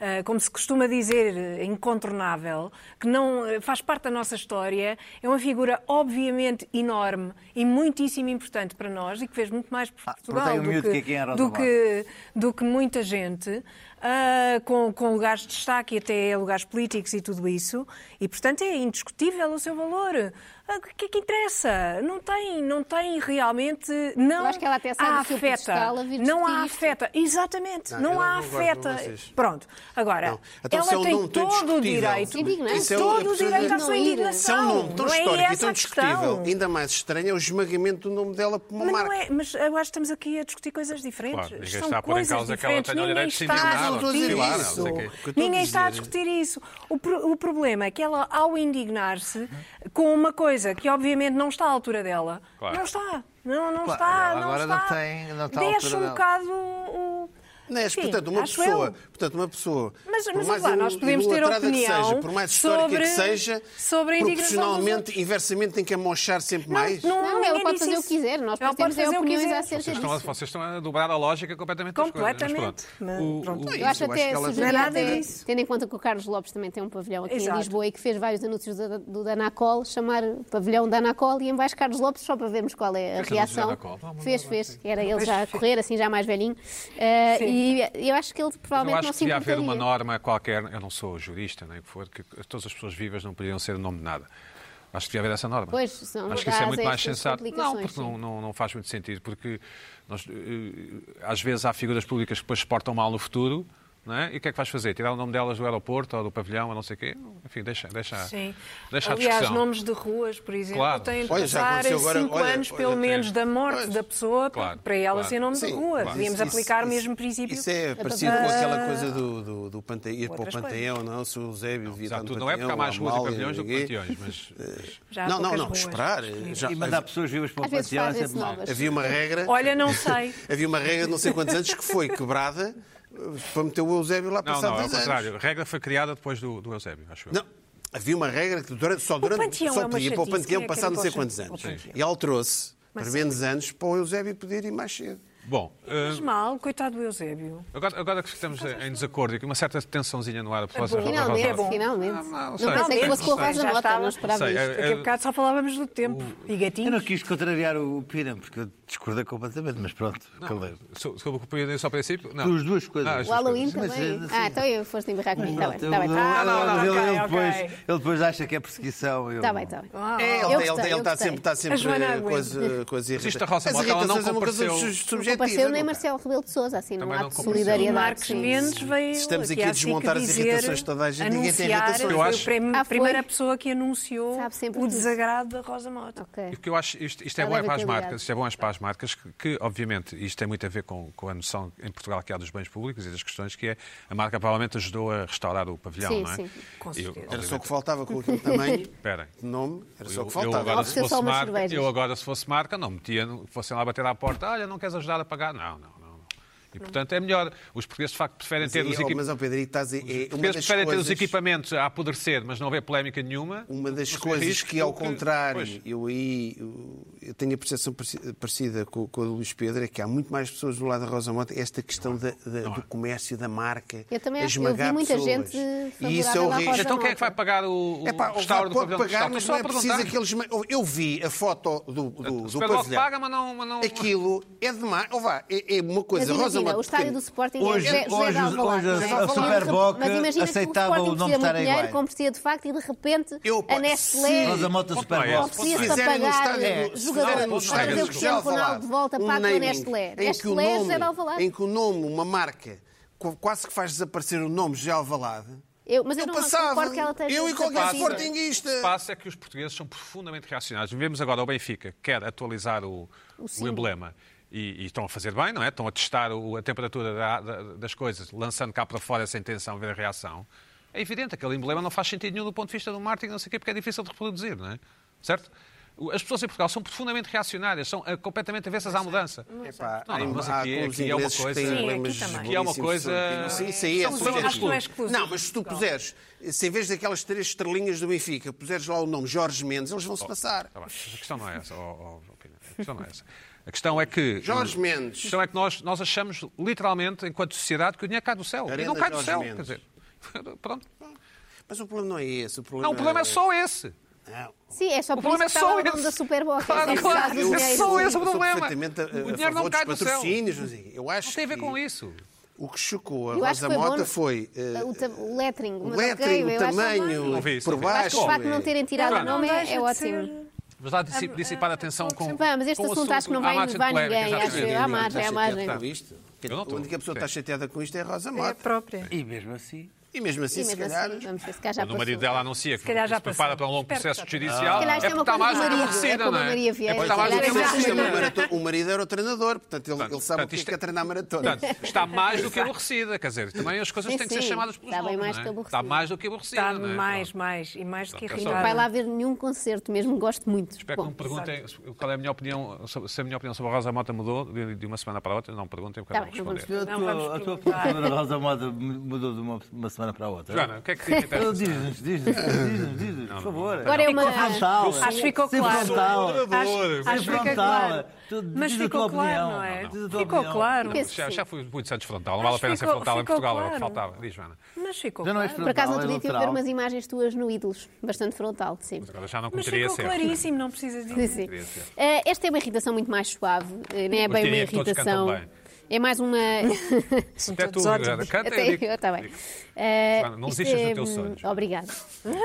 [SPEAKER 4] ah, como se costuma dizer, eh, incontornável, que não eh, faz parte da nossa história. É uma figura obviamente enorme e muitíssimo importante para nós e que fez muito mais por
[SPEAKER 3] Ah,
[SPEAKER 4] Portugal
[SPEAKER 3] perguntei ao
[SPEAKER 4] do,
[SPEAKER 3] miúdo
[SPEAKER 4] que,
[SPEAKER 3] quem é a Rosa
[SPEAKER 4] do,
[SPEAKER 3] Mota.
[SPEAKER 4] que, do que muita gente, ah, com, com lugares de destaque e até lugares políticos e tudo isso. E, portanto, é indiscutível o seu valor. Ah, O que é que interessa? Não tem, não tem realmente. Não
[SPEAKER 5] Eu acho que ela até sai
[SPEAKER 4] há
[SPEAKER 5] do seu pedestal a vir
[SPEAKER 4] Não há
[SPEAKER 5] discutir isto.
[SPEAKER 4] afeta. Exatamente.
[SPEAKER 2] Não,
[SPEAKER 4] Não,
[SPEAKER 2] eu não
[SPEAKER 4] há
[SPEAKER 2] concordo com
[SPEAKER 4] afeta.
[SPEAKER 2] vocês.
[SPEAKER 4] Pronto. Agora,
[SPEAKER 2] Não. Então, se é um
[SPEAKER 4] ela tem
[SPEAKER 2] nome tão
[SPEAKER 4] todo o
[SPEAKER 2] discutível,
[SPEAKER 4] direito.
[SPEAKER 5] Indignante.
[SPEAKER 4] Tem
[SPEAKER 5] Isso é
[SPEAKER 4] todo
[SPEAKER 2] outra
[SPEAKER 4] o direito
[SPEAKER 2] coisa.
[SPEAKER 4] à
[SPEAKER 5] Não
[SPEAKER 4] sua
[SPEAKER 5] ir.
[SPEAKER 2] Se é um
[SPEAKER 4] indignação.
[SPEAKER 2] nome tão
[SPEAKER 4] não é
[SPEAKER 2] histórico e
[SPEAKER 4] essa
[SPEAKER 2] tão
[SPEAKER 4] a
[SPEAKER 2] discutível,
[SPEAKER 4] questão.
[SPEAKER 2] ainda mais estranho é o esmagamento do nome dela por uma
[SPEAKER 4] Mas, não
[SPEAKER 2] marca.
[SPEAKER 4] é, mas eu acho que estamos aqui a discutir coisas diferentes.
[SPEAKER 1] Claro, ninguém
[SPEAKER 4] São
[SPEAKER 1] está a pôr em
[SPEAKER 4] coisas
[SPEAKER 1] causa que ela
[SPEAKER 4] diferentes.
[SPEAKER 1] tenha o
[SPEAKER 4] Ninguém
[SPEAKER 1] direito de se
[SPEAKER 4] está a
[SPEAKER 1] indignar,
[SPEAKER 2] ou de
[SPEAKER 4] discutir
[SPEAKER 2] falar,
[SPEAKER 4] isso.
[SPEAKER 2] ou de quê. O que eu estou a
[SPEAKER 4] Ninguém está a
[SPEAKER 2] dizer-
[SPEAKER 4] discutir isso. O, pro- o problema é que ela, ao indignar-se com uma coisa que obviamente não está à altura dela,
[SPEAKER 1] Claro.
[SPEAKER 4] não está. Não, não
[SPEAKER 3] Claro,
[SPEAKER 4] está.
[SPEAKER 3] ela agora
[SPEAKER 4] não
[SPEAKER 3] não
[SPEAKER 4] está.
[SPEAKER 3] tem- não está à
[SPEAKER 4] Deixa
[SPEAKER 3] altura
[SPEAKER 4] um
[SPEAKER 3] dela.
[SPEAKER 4] bocado o.
[SPEAKER 1] é
[SPEAKER 2] Neste,
[SPEAKER 4] Enfim,
[SPEAKER 2] portanto, uma
[SPEAKER 4] acho
[SPEAKER 2] pessoa,
[SPEAKER 4] eu.
[SPEAKER 2] portanto, uma pessoa.
[SPEAKER 4] Mas-
[SPEAKER 2] por
[SPEAKER 4] mas,
[SPEAKER 2] mais
[SPEAKER 4] olha lá, nós
[SPEAKER 2] inu-
[SPEAKER 4] podemos ter
[SPEAKER 2] idolatrada
[SPEAKER 4] opinião
[SPEAKER 2] que seja, por mais histórica
[SPEAKER 4] sobre-
[SPEAKER 2] que seja,
[SPEAKER 4] sobre a indignação
[SPEAKER 2] proporcionalmente, inversamente, tem que amochar sempre mais.
[SPEAKER 5] Não,
[SPEAKER 4] ninguém
[SPEAKER 5] ela pode
[SPEAKER 4] disse
[SPEAKER 5] fazer o
[SPEAKER 4] isso.
[SPEAKER 5] que quiser. Nós
[SPEAKER 4] Ela
[SPEAKER 5] podemos ter
[SPEAKER 4] pode fazer o que
[SPEAKER 5] opiniões
[SPEAKER 4] quiser.
[SPEAKER 5] acerca
[SPEAKER 1] Vocês estão, a-
[SPEAKER 5] disso.
[SPEAKER 1] vocês estão a dobrar a lógica completamente das coisas, mas pronto.
[SPEAKER 4] Completamente. Mas, pronto.
[SPEAKER 5] Eu acho
[SPEAKER 2] Eu acho que
[SPEAKER 5] até
[SPEAKER 2] ela-
[SPEAKER 5] sugerir,
[SPEAKER 4] Não é nada
[SPEAKER 5] até,
[SPEAKER 4] disso.
[SPEAKER 5] tendo em conta que o Carlos Lopes também tem um pavilhão aqui em
[SPEAKER 4] Exato.
[SPEAKER 5] Lisboa e que fez vários anúncios do, do Danacol, chamar pavilhão Danacol e em baixo Carlos Lopes só para vermos qual é a
[SPEAKER 1] Fez anúncios
[SPEAKER 5] reação.
[SPEAKER 1] da Danacol? Não, não
[SPEAKER 5] fez,
[SPEAKER 1] dá,
[SPEAKER 5] fez. Era ele já a correr, assim já mais velhinho. Eh, e eu acho que ele
[SPEAKER 1] Eu
[SPEAKER 5] provavelmente
[SPEAKER 1] acho
[SPEAKER 5] não
[SPEAKER 1] que
[SPEAKER 5] se
[SPEAKER 1] devia
[SPEAKER 5] importaria.
[SPEAKER 1] haver uma norma qualquer, eu não sou jurista, nem o que for, que todas as pessoas vivas não poderiam ser nome de nada. Acho que devia haver essa norma.
[SPEAKER 5] Pois, senão
[SPEAKER 1] acho que isso
[SPEAKER 5] dás
[SPEAKER 1] é muito mais
[SPEAKER 5] estas
[SPEAKER 1] sensato. Não,
[SPEAKER 5] complicações,
[SPEAKER 1] porque
[SPEAKER 5] sim.
[SPEAKER 1] não, não, não faz muito sentido, porque nós, eh, às vezes há figuras públicas que depois se portam mal no futuro, não é? e o que é que vais fazer? Tirar o nome delas do aeroporto ou do pavilhão ou não sei o quê? Enfim, deixa, deixa,
[SPEAKER 4] Sim.
[SPEAKER 1] Ah. deixa a
[SPEAKER 4] Aliás,
[SPEAKER 1] discussão.
[SPEAKER 4] nomes de ruas, por exemplo,
[SPEAKER 1] Claro.
[SPEAKER 4] têm de
[SPEAKER 2] Olha, já
[SPEAKER 4] passar
[SPEAKER 2] aconteceu
[SPEAKER 4] 5
[SPEAKER 2] agora- olha,
[SPEAKER 4] anos,
[SPEAKER 2] olha,
[SPEAKER 4] pelo
[SPEAKER 2] tem-
[SPEAKER 4] menos, da morte
[SPEAKER 2] Pois.
[SPEAKER 4] da pessoa,
[SPEAKER 1] Claro,
[SPEAKER 4] para ela
[SPEAKER 1] claro.
[SPEAKER 4] ser nome de
[SPEAKER 2] Sim,
[SPEAKER 4] rua.
[SPEAKER 2] claro.
[SPEAKER 4] Devíamos
[SPEAKER 2] Isso-
[SPEAKER 4] aplicar o
[SPEAKER 2] isso-
[SPEAKER 4] mesmo princípio. Então,
[SPEAKER 2] Isso
[SPEAKER 4] ah,
[SPEAKER 2] é parecido com aquela coisa do, do, do pante- ir para o
[SPEAKER 4] Outras
[SPEAKER 2] Panteão, não? Se o Eusébio devia
[SPEAKER 1] Apesar
[SPEAKER 2] estar no
[SPEAKER 1] de tudo, não é porque há
[SPEAKER 2] Panteão,
[SPEAKER 1] mais ruas e
[SPEAKER 2] Amália,
[SPEAKER 1] pavilhões do que
[SPEAKER 2] ninguém.
[SPEAKER 1] panteões, mas... mas-
[SPEAKER 4] Já há
[SPEAKER 2] Não, não,
[SPEAKER 4] poucas
[SPEAKER 2] não,
[SPEAKER 4] ruas.
[SPEAKER 2] esperar. eh, Já,
[SPEAKER 3] E mandar pessoas vivas para o
[SPEAKER 5] Às vezes
[SPEAKER 3] panteão é
[SPEAKER 5] fazem-se
[SPEAKER 3] sempre mal.
[SPEAKER 5] novas.
[SPEAKER 2] havia uma regra.
[SPEAKER 4] Olha, não sei.
[SPEAKER 2] Havia uma regra de não sei quantos anos que foi quebrada eh, para meter o Eusébio lá
[SPEAKER 1] Não, não,
[SPEAKER 2] passado
[SPEAKER 1] é o
[SPEAKER 2] dois anos.
[SPEAKER 1] contrário. A regra foi criada depois do, do Eusébio, acho eu.
[SPEAKER 2] Não, havia uma regra que durante- só, durante,
[SPEAKER 4] Panteão é
[SPEAKER 2] só
[SPEAKER 4] uma
[SPEAKER 2] podia ir para o
[SPEAKER 4] chatice,
[SPEAKER 2] Panteão
[SPEAKER 4] quem é que
[SPEAKER 2] passar
[SPEAKER 4] quer ir
[SPEAKER 2] não sei
[SPEAKER 4] para o
[SPEAKER 2] quantos
[SPEAKER 4] Pan-
[SPEAKER 2] anos.
[SPEAKER 4] ao Panteão?
[SPEAKER 2] E ela trouxe,
[SPEAKER 4] Mas
[SPEAKER 2] para
[SPEAKER 4] sim.
[SPEAKER 2] menos anos, para o Eusébio poder ir mais cedo.
[SPEAKER 1] Bom, eh,
[SPEAKER 4] Faz mal, coitado do Eusébio.
[SPEAKER 1] Agora, agora que estamos em desacordo e que uma certa tensãozinha no ar após a Rosa
[SPEAKER 5] Finalmente,
[SPEAKER 1] Mota.
[SPEAKER 5] finalmente.
[SPEAKER 1] Ah, não,
[SPEAKER 5] não
[SPEAKER 1] sei,
[SPEAKER 5] pensei que
[SPEAKER 1] não
[SPEAKER 5] fosse com a
[SPEAKER 1] sei.
[SPEAKER 5] Rosa
[SPEAKER 4] Já
[SPEAKER 5] Mota,
[SPEAKER 4] estava.
[SPEAKER 5] não esperava
[SPEAKER 1] Sei,
[SPEAKER 5] isto.
[SPEAKER 1] é-
[SPEAKER 4] Daqui a bocado só falávamos do tempo. E
[SPEAKER 3] Eu não
[SPEAKER 4] gatinhos.
[SPEAKER 3] quis contrariar o Pina, porque eu discordei completamente, mas pronto, calei.
[SPEAKER 1] So- Sobre o que eu podia dizer só ao princípio? Não.
[SPEAKER 3] Duas- duas coisas.
[SPEAKER 1] Ah, as
[SPEAKER 5] O
[SPEAKER 1] duas
[SPEAKER 5] Halloween
[SPEAKER 1] coisas.
[SPEAKER 3] coisas.
[SPEAKER 5] também.
[SPEAKER 3] Mas, assim,
[SPEAKER 5] Ah, então eu foste embirrar comigo. Está bem,
[SPEAKER 3] Pronto,
[SPEAKER 5] está bem.
[SPEAKER 3] eu-
[SPEAKER 5] Tá bem.
[SPEAKER 4] não, não,
[SPEAKER 3] ele, ele
[SPEAKER 4] ok,
[SPEAKER 3] depois,
[SPEAKER 4] ok.
[SPEAKER 3] ele depois acha que é perseguição. eu
[SPEAKER 5] Está Tá
[SPEAKER 3] não-
[SPEAKER 5] bem, está bem.
[SPEAKER 2] É,
[SPEAKER 5] eu
[SPEAKER 2] ele, ele-
[SPEAKER 5] gostei,
[SPEAKER 2] ele
[SPEAKER 5] eu
[SPEAKER 2] está
[SPEAKER 5] gostei.
[SPEAKER 2] sempre, está sempre
[SPEAKER 4] A Joana aguenta.
[SPEAKER 2] com as, eh, com as irritações.
[SPEAKER 1] da Rosa
[SPEAKER 2] As
[SPEAKER 1] Mota, ela não
[SPEAKER 2] irritações é uma coisa
[SPEAKER 1] compareceu-
[SPEAKER 2] su-
[SPEAKER 5] Não
[SPEAKER 2] subjetiva.
[SPEAKER 5] apareceu nem
[SPEAKER 2] não é?
[SPEAKER 5] Marcelo Rebelo de Sousa, assim, num
[SPEAKER 1] Também não
[SPEAKER 5] ato de
[SPEAKER 1] compareceu.
[SPEAKER 4] O
[SPEAKER 5] solidariedade.
[SPEAKER 4] Marcos
[SPEAKER 5] sim.
[SPEAKER 4] Mendes veio.
[SPEAKER 2] Estamos aqui a
[SPEAKER 4] à SIC
[SPEAKER 2] desmontar as
[SPEAKER 4] dizer,
[SPEAKER 2] irritações de toda a gente. Ninguém tem
[SPEAKER 4] anunciar,
[SPEAKER 2] irritações.
[SPEAKER 4] Foi
[SPEAKER 1] Eu acho-
[SPEAKER 4] a prim-
[SPEAKER 5] Ah, foi?
[SPEAKER 4] primeira pessoa que anunciou
[SPEAKER 5] Sabe sempre
[SPEAKER 4] o
[SPEAKER 5] tudo.
[SPEAKER 4] desagrado da Rosa Mota.
[SPEAKER 1] E
[SPEAKER 5] Ok.
[SPEAKER 1] o que eu acho, isto, isto é
[SPEAKER 5] Ela
[SPEAKER 1] bom é
[SPEAKER 5] deve
[SPEAKER 1] para as
[SPEAKER 5] ter
[SPEAKER 1] marcas,
[SPEAKER 5] ligado.
[SPEAKER 1] isto é bom é para as marcas, que, que, obviamente, isto tem muito a ver com, com a noção em Portugal que há dos bens públicos e das questões que é, a marca provavelmente ajudou a restaurar o pavilhão,
[SPEAKER 5] Sim,
[SPEAKER 1] não é?
[SPEAKER 5] sim.
[SPEAKER 4] Com
[SPEAKER 1] E,
[SPEAKER 4] certeza.
[SPEAKER 2] Era só o que faltava com aquele tamanho,
[SPEAKER 1] Esperem.
[SPEAKER 2] de nome, era só o
[SPEAKER 1] Eu-
[SPEAKER 2] que
[SPEAKER 1] Eu
[SPEAKER 2] faltava.
[SPEAKER 1] agora, se
[SPEAKER 5] Ofereceu só
[SPEAKER 1] fosse
[SPEAKER 5] umas
[SPEAKER 1] marca,
[SPEAKER 5] cervejas.
[SPEAKER 1] eu agora, se fosse marca, não metia, no- fossem lá bater à porta, olha, não queres ajudar a pagar? Não, não, não. não. E, portanto, é melhor. Os portugueses, de facto, preferem
[SPEAKER 2] Mas,
[SPEAKER 1] ter os
[SPEAKER 2] é,
[SPEAKER 1] equipamentos.
[SPEAKER 2] mas ó, Pedro, estás, é, é uma
[SPEAKER 1] Eles
[SPEAKER 2] das
[SPEAKER 1] preferem ter os
[SPEAKER 2] coisas,
[SPEAKER 1] equipamentos a apodrecer, mas não haver polémica nenhuma.
[SPEAKER 2] uma das
[SPEAKER 1] Não se
[SPEAKER 2] coisas
[SPEAKER 1] arrisque,
[SPEAKER 2] que, ao
[SPEAKER 1] porque-
[SPEAKER 2] contrário,
[SPEAKER 1] Pois.
[SPEAKER 2] eu aí eu, eu tenho a percepção pareci- parecida com, com a do Luís Pedro, é que há muito mais pessoas do lado da Rosa Mota, esta questão da- da- do comércio, da marca,
[SPEAKER 5] Eu também
[SPEAKER 2] a
[SPEAKER 5] acho- eu vi
[SPEAKER 2] esmagar
[SPEAKER 5] muita
[SPEAKER 2] pessoas.
[SPEAKER 5] gente favorável
[SPEAKER 2] E isso é
[SPEAKER 5] à
[SPEAKER 2] horrível.
[SPEAKER 5] Rosa
[SPEAKER 1] Então quem é que vai pagar o, o
[SPEAKER 2] Epá, o
[SPEAKER 1] restauro do
[SPEAKER 2] pode
[SPEAKER 1] pavilhão
[SPEAKER 2] pagar,
[SPEAKER 1] de
[SPEAKER 2] mas
[SPEAKER 1] Estado? Estou
[SPEAKER 2] não é
[SPEAKER 1] só a
[SPEAKER 2] preciso
[SPEAKER 1] perguntar. Então,
[SPEAKER 2] aqueles... ma- Eu vi a foto do, do,
[SPEAKER 1] O
[SPEAKER 2] do
[SPEAKER 1] Superboc
[SPEAKER 2] pavilhão.
[SPEAKER 1] paga, mas não... Mas não...
[SPEAKER 2] Aquilo é demais. Ó vá, é, é uma coisa.
[SPEAKER 5] Mas
[SPEAKER 2] Rosa
[SPEAKER 5] imagina, o estádio do Sporting é
[SPEAKER 3] Hoje-
[SPEAKER 5] José, José
[SPEAKER 3] hoje-
[SPEAKER 5] de Alvalade.
[SPEAKER 3] hoje a-
[SPEAKER 5] não é?
[SPEAKER 3] a Superboc
[SPEAKER 5] Mas imagina que o
[SPEAKER 3] aceitava
[SPEAKER 5] Sporting
[SPEAKER 3] o nome
[SPEAKER 5] precisa
[SPEAKER 3] estar
[SPEAKER 5] muito
[SPEAKER 3] em
[SPEAKER 5] dinheiro,
[SPEAKER 3] Guaia.
[SPEAKER 5] como precisa de facto, e de repente
[SPEAKER 2] Eu, pá,
[SPEAKER 5] a Nestlé...
[SPEAKER 2] se-
[SPEAKER 3] Rosa Mota
[SPEAKER 1] Se
[SPEAKER 3] Superbox.
[SPEAKER 5] Precisa
[SPEAKER 2] fizerem
[SPEAKER 5] para
[SPEAKER 1] um
[SPEAKER 2] no
[SPEAKER 5] pagar
[SPEAKER 2] estádio do- se
[SPEAKER 5] eh, jogadores.
[SPEAKER 2] fizerem no
[SPEAKER 5] Para
[SPEAKER 2] estádio
[SPEAKER 5] trazer
[SPEAKER 2] do
[SPEAKER 5] o Cristiano
[SPEAKER 2] José
[SPEAKER 5] Ronaldo
[SPEAKER 2] Alvalade,
[SPEAKER 5] de volta,
[SPEAKER 2] um
[SPEAKER 5] paga o
[SPEAKER 2] naming
[SPEAKER 5] Nestlé.
[SPEAKER 2] em que o
[SPEAKER 5] Nestlé, José de
[SPEAKER 2] nome-
[SPEAKER 5] é Alvalade.
[SPEAKER 2] Em que o nome, uma marca, qu- quase que faz desaparecer o nome José Alvalade,
[SPEAKER 5] Eu, mas eu,
[SPEAKER 2] eu
[SPEAKER 5] não
[SPEAKER 2] passava,
[SPEAKER 5] concordo que ela esteja
[SPEAKER 2] eu e qualquer
[SPEAKER 5] desaparecida.
[SPEAKER 2] sportinguista...
[SPEAKER 1] O que passa é que os portugueses são profundamente reacionários. Vemos agora o Benfica, quer atualizar o, o
[SPEAKER 5] símbolo.
[SPEAKER 1] emblema. E, e estão a fazer bem, não é? Estão a testar o- a temperatura da- da- das coisas, lançando cá para fora sem tensão, ver a reação. É evidente, aquele emblema não faz sentido nenhum do ponto de vista do marketing, não sei o quê, porque é difícil de reproduzir, não é? Certo? O- As pessoas em Portugal são profundamente reacionárias, são ah, completamente avessas à mudança.
[SPEAKER 2] Epá,
[SPEAKER 1] Não, não,
[SPEAKER 2] há-
[SPEAKER 1] mas
[SPEAKER 2] há
[SPEAKER 1] aqui-
[SPEAKER 2] clubes
[SPEAKER 1] aqui é uma
[SPEAKER 2] ingleses que
[SPEAKER 1] coisa-
[SPEAKER 2] têm
[SPEAKER 1] Sim, aqui
[SPEAKER 2] emblemas
[SPEAKER 4] também.
[SPEAKER 1] Aqui é uma
[SPEAKER 2] belíssimos,
[SPEAKER 1] coisa-
[SPEAKER 2] são- Sim, isso aí é
[SPEAKER 4] São problemas
[SPEAKER 2] subjetivo.
[SPEAKER 4] que não é exclusivo
[SPEAKER 2] Não, mas se tu
[SPEAKER 4] de Portugal.
[SPEAKER 2] puseres, se em vez daquelas três estrelinhas do Benfica, puseres lá o nome Jorge Mendes, eles vão-se passar.
[SPEAKER 1] Tá bem, mas a questão não é essa, ó- ó, Pina, a questão não é essa. A questão é que.
[SPEAKER 2] Jorge Mendes.
[SPEAKER 1] A questão é que nós, nós achamos, literalmente, enquanto sociedade, que o dinheiro cai do céu.
[SPEAKER 2] Arena
[SPEAKER 1] e não cai do
[SPEAKER 2] Jorge
[SPEAKER 1] céu.
[SPEAKER 2] Mendes.
[SPEAKER 1] Quer dizer, pronto.
[SPEAKER 2] Mas o problema não é esse. O problema
[SPEAKER 1] Não, o problema é só esse.
[SPEAKER 2] Não.
[SPEAKER 5] Sim, é só
[SPEAKER 1] O
[SPEAKER 5] por
[SPEAKER 1] problema
[SPEAKER 5] isso que
[SPEAKER 1] é
[SPEAKER 5] estava
[SPEAKER 1] só
[SPEAKER 5] o nome
[SPEAKER 1] esse.
[SPEAKER 5] da Superboca.
[SPEAKER 1] Claro, claro.
[SPEAKER 2] Eu-
[SPEAKER 1] É só esse o
[SPEAKER 2] eu sou
[SPEAKER 1] problema.
[SPEAKER 2] perfeitamente a-
[SPEAKER 1] O
[SPEAKER 2] a
[SPEAKER 1] dinheiro não
[SPEAKER 2] favor
[SPEAKER 1] cai
[SPEAKER 2] dos
[SPEAKER 1] do céu.
[SPEAKER 2] patrocínios, não sei. Eu acho
[SPEAKER 1] Não tem a ver
[SPEAKER 2] que
[SPEAKER 1] com isso.
[SPEAKER 2] O que chocou a
[SPEAKER 5] Eu acho
[SPEAKER 2] Rosa
[SPEAKER 5] que foi
[SPEAKER 2] Mota
[SPEAKER 5] bom
[SPEAKER 2] foi eh,
[SPEAKER 5] o, ta- o lettering.
[SPEAKER 2] o
[SPEAKER 5] mas
[SPEAKER 2] lettering,
[SPEAKER 5] ok,
[SPEAKER 2] o
[SPEAKER 5] eu acho
[SPEAKER 2] tamanho,
[SPEAKER 5] bem.
[SPEAKER 1] Não vi isso,
[SPEAKER 2] por
[SPEAKER 1] não vi. Acho
[SPEAKER 5] Acho que
[SPEAKER 2] baixo.
[SPEAKER 5] o facto de não
[SPEAKER 2] eh,
[SPEAKER 5] terem tirado o
[SPEAKER 1] Claro.
[SPEAKER 5] nome
[SPEAKER 4] Não
[SPEAKER 5] é,
[SPEAKER 4] deixa
[SPEAKER 5] é
[SPEAKER 4] de
[SPEAKER 5] ótimo.
[SPEAKER 4] ser-
[SPEAKER 1] Mas há de
[SPEAKER 5] Ah,
[SPEAKER 1] dissipar, a atenção com.
[SPEAKER 5] Pá, mas este
[SPEAKER 1] com o
[SPEAKER 5] assunto acho que não
[SPEAKER 1] à
[SPEAKER 5] vai
[SPEAKER 1] margem
[SPEAKER 5] inovar
[SPEAKER 1] de polémica,
[SPEAKER 5] ninguém. Acho
[SPEAKER 1] exatamente.
[SPEAKER 5] eu. À margem,
[SPEAKER 2] está
[SPEAKER 5] à
[SPEAKER 2] chateado
[SPEAKER 5] margem.
[SPEAKER 2] com isto?
[SPEAKER 1] é, Eu não
[SPEAKER 2] A
[SPEAKER 1] estou.
[SPEAKER 2] única pessoa Tá que está chateada com isto é a Rosa
[SPEAKER 4] É a
[SPEAKER 2] Mota.
[SPEAKER 4] própria.
[SPEAKER 3] E mesmo assim,
[SPEAKER 2] E mesmo assim,
[SPEAKER 5] E
[SPEAKER 2] se
[SPEAKER 5] mesmo
[SPEAKER 2] calhar.
[SPEAKER 5] assim, vamos ver se cá já
[SPEAKER 1] Quando o marido
[SPEAKER 5] passou.
[SPEAKER 1] dela anuncia que
[SPEAKER 4] calhar
[SPEAKER 1] se
[SPEAKER 4] já
[SPEAKER 1] prepara
[SPEAKER 4] passou.
[SPEAKER 1] para um longo
[SPEAKER 4] Espero que
[SPEAKER 1] processo
[SPEAKER 4] já tenha.
[SPEAKER 1] judicial,
[SPEAKER 5] Se calhar isto
[SPEAKER 1] é
[SPEAKER 5] é
[SPEAKER 1] porque
[SPEAKER 5] uma
[SPEAKER 1] está
[SPEAKER 5] coisa
[SPEAKER 1] mais
[SPEAKER 5] do marido, é
[SPEAKER 1] amadurecida,
[SPEAKER 5] como
[SPEAKER 1] não
[SPEAKER 5] a
[SPEAKER 1] é?
[SPEAKER 5] Maria Vieira,
[SPEAKER 1] É porque está
[SPEAKER 5] se
[SPEAKER 1] mais
[SPEAKER 2] Mas
[SPEAKER 5] calhar é
[SPEAKER 2] ele
[SPEAKER 1] amadurecida.
[SPEAKER 2] isto é uma
[SPEAKER 5] Exatamente.
[SPEAKER 2] maratona. O marido era o treinador, portanto ele, ele sabe o
[SPEAKER 1] Portanto,
[SPEAKER 2] que é,
[SPEAKER 1] isto
[SPEAKER 2] que é treinar maratona.
[SPEAKER 1] Portanto, está mais do que aborrecida, quer dizer, também as coisas
[SPEAKER 5] Sim,
[SPEAKER 1] têm que ser
[SPEAKER 5] sim,
[SPEAKER 1] chamadas pelos
[SPEAKER 5] está bem
[SPEAKER 1] nomes,
[SPEAKER 5] mais
[SPEAKER 1] não é?
[SPEAKER 5] que aborrecida.
[SPEAKER 1] Está mais do que aborrecida.
[SPEAKER 4] Está
[SPEAKER 1] não é?
[SPEAKER 4] mais,
[SPEAKER 1] Pronto.
[SPEAKER 4] mais, e mais que
[SPEAKER 1] Não, é só-
[SPEAKER 5] E não vai lá
[SPEAKER 4] irritada.
[SPEAKER 5] ver nenhum concerto mesmo, gosto muito.
[SPEAKER 1] Espero Tipo, é que
[SPEAKER 5] Bom,
[SPEAKER 1] não me perguntem qual é a minha opinião, sobre- se a minha opinião sobre a Rosa Mota mudou de de uma semana para a outra. Não me perguntem, porque eu
[SPEAKER 5] Tá
[SPEAKER 1] não
[SPEAKER 5] bem, não vamos
[SPEAKER 1] responder.
[SPEAKER 3] a
[SPEAKER 4] Não
[SPEAKER 3] tua,
[SPEAKER 4] vamos
[SPEAKER 3] a tua
[SPEAKER 4] perguntar.
[SPEAKER 3] professora Rosa Mota mudou de uma, uma semana para a outra.
[SPEAKER 1] Joana, o que é que dizem?
[SPEAKER 3] Então, Diz-nos, diz-nos, diz-nos, diz-nos, por favor.
[SPEAKER 5] Agora é uma-
[SPEAKER 3] Ser frontal.
[SPEAKER 4] Acho que ficou
[SPEAKER 3] Ser
[SPEAKER 4] claro.
[SPEAKER 3] frontal.
[SPEAKER 4] Acho, acho que
[SPEAKER 3] Frontal.
[SPEAKER 4] fica claro.
[SPEAKER 3] Tu diz
[SPEAKER 4] Mas
[SPEAKER 3] a tua
[SPEAKER 4] ficou
[SPEAKER 3] opinião.
[SPEAKER 4] claro, não é?
[SPEAKER 3] Não, não. Diz a tua
[SPEAKER 4] Ficou
[SPEAKER 3] opinião.
[SPEAKER 4] claro.
[SPEAKER 5] Penso que
[SPEAKER 1] Já,
[SPEAKER 5] sim.
[SPEAKER 1] já fui muito Santos frontal, não vale a
[SPEAKER 4] Mas
[SPEAKER 1] pena ser
[SPEAKER 4] ficou-
[SPEAKER 1] frontal em
[SPEAKER 4] ficou
[SPEAKER 1] Portugal, era o que
[SPEAKER 4] claro.
[SPEAKER 1] faltava. Diz, Joana.
[SPEAKER 4] Mas ficou
[SPEAKER 3] Já não é
[SPEAKER 4] claro.
[SPEAKER 5] Por acaso, no
[SPEAKER 3] é
[SPEAKER 5] outro dia tive a ver
[SPEAKER 3] lateral.
[SPEAKER 5] umas imagens tuas no Ídolos, bastante frontal, sim.
[SPEAKER 1] Agora já não
[SPEAKER 4] Mas
[SPEAKER 1] cometeria
[SPEAKER 4] ficou
[SPEAKER 1] ser.
[SPEAKER 4] claríssimo, não precisa dizer.
[SPEAKER 5] Sim, sim. Eh, esta é uma irritação muito mais suave, eh, não
[SPEAKER 1] Os
[SPEAKER 5] é bem uma
[SPEAKER 1] diria que todos
[SPEAKER 5] irritação.
[SPEAKER 1] cantam bem.
[SPEAKER 5] É mais uma.
[SPEAKER 1] Até tu,
[SPEAKER 4] todos ótimos.
[SPEAKER 1] Joana, canta
[SPEAKER 5] Até
[SPEAKER 1] eu digo.
[SPEAKER 5] eu, está bem. Eh,
[SPEAKER 1] Joana, não
[SPEAKER 5] isto
[SPEAKER 1] desistas
[SPEAKER 5] é-
[SPEAKER 1] do teu sonho, Joana.
[SPEAKER 5] Obrigada.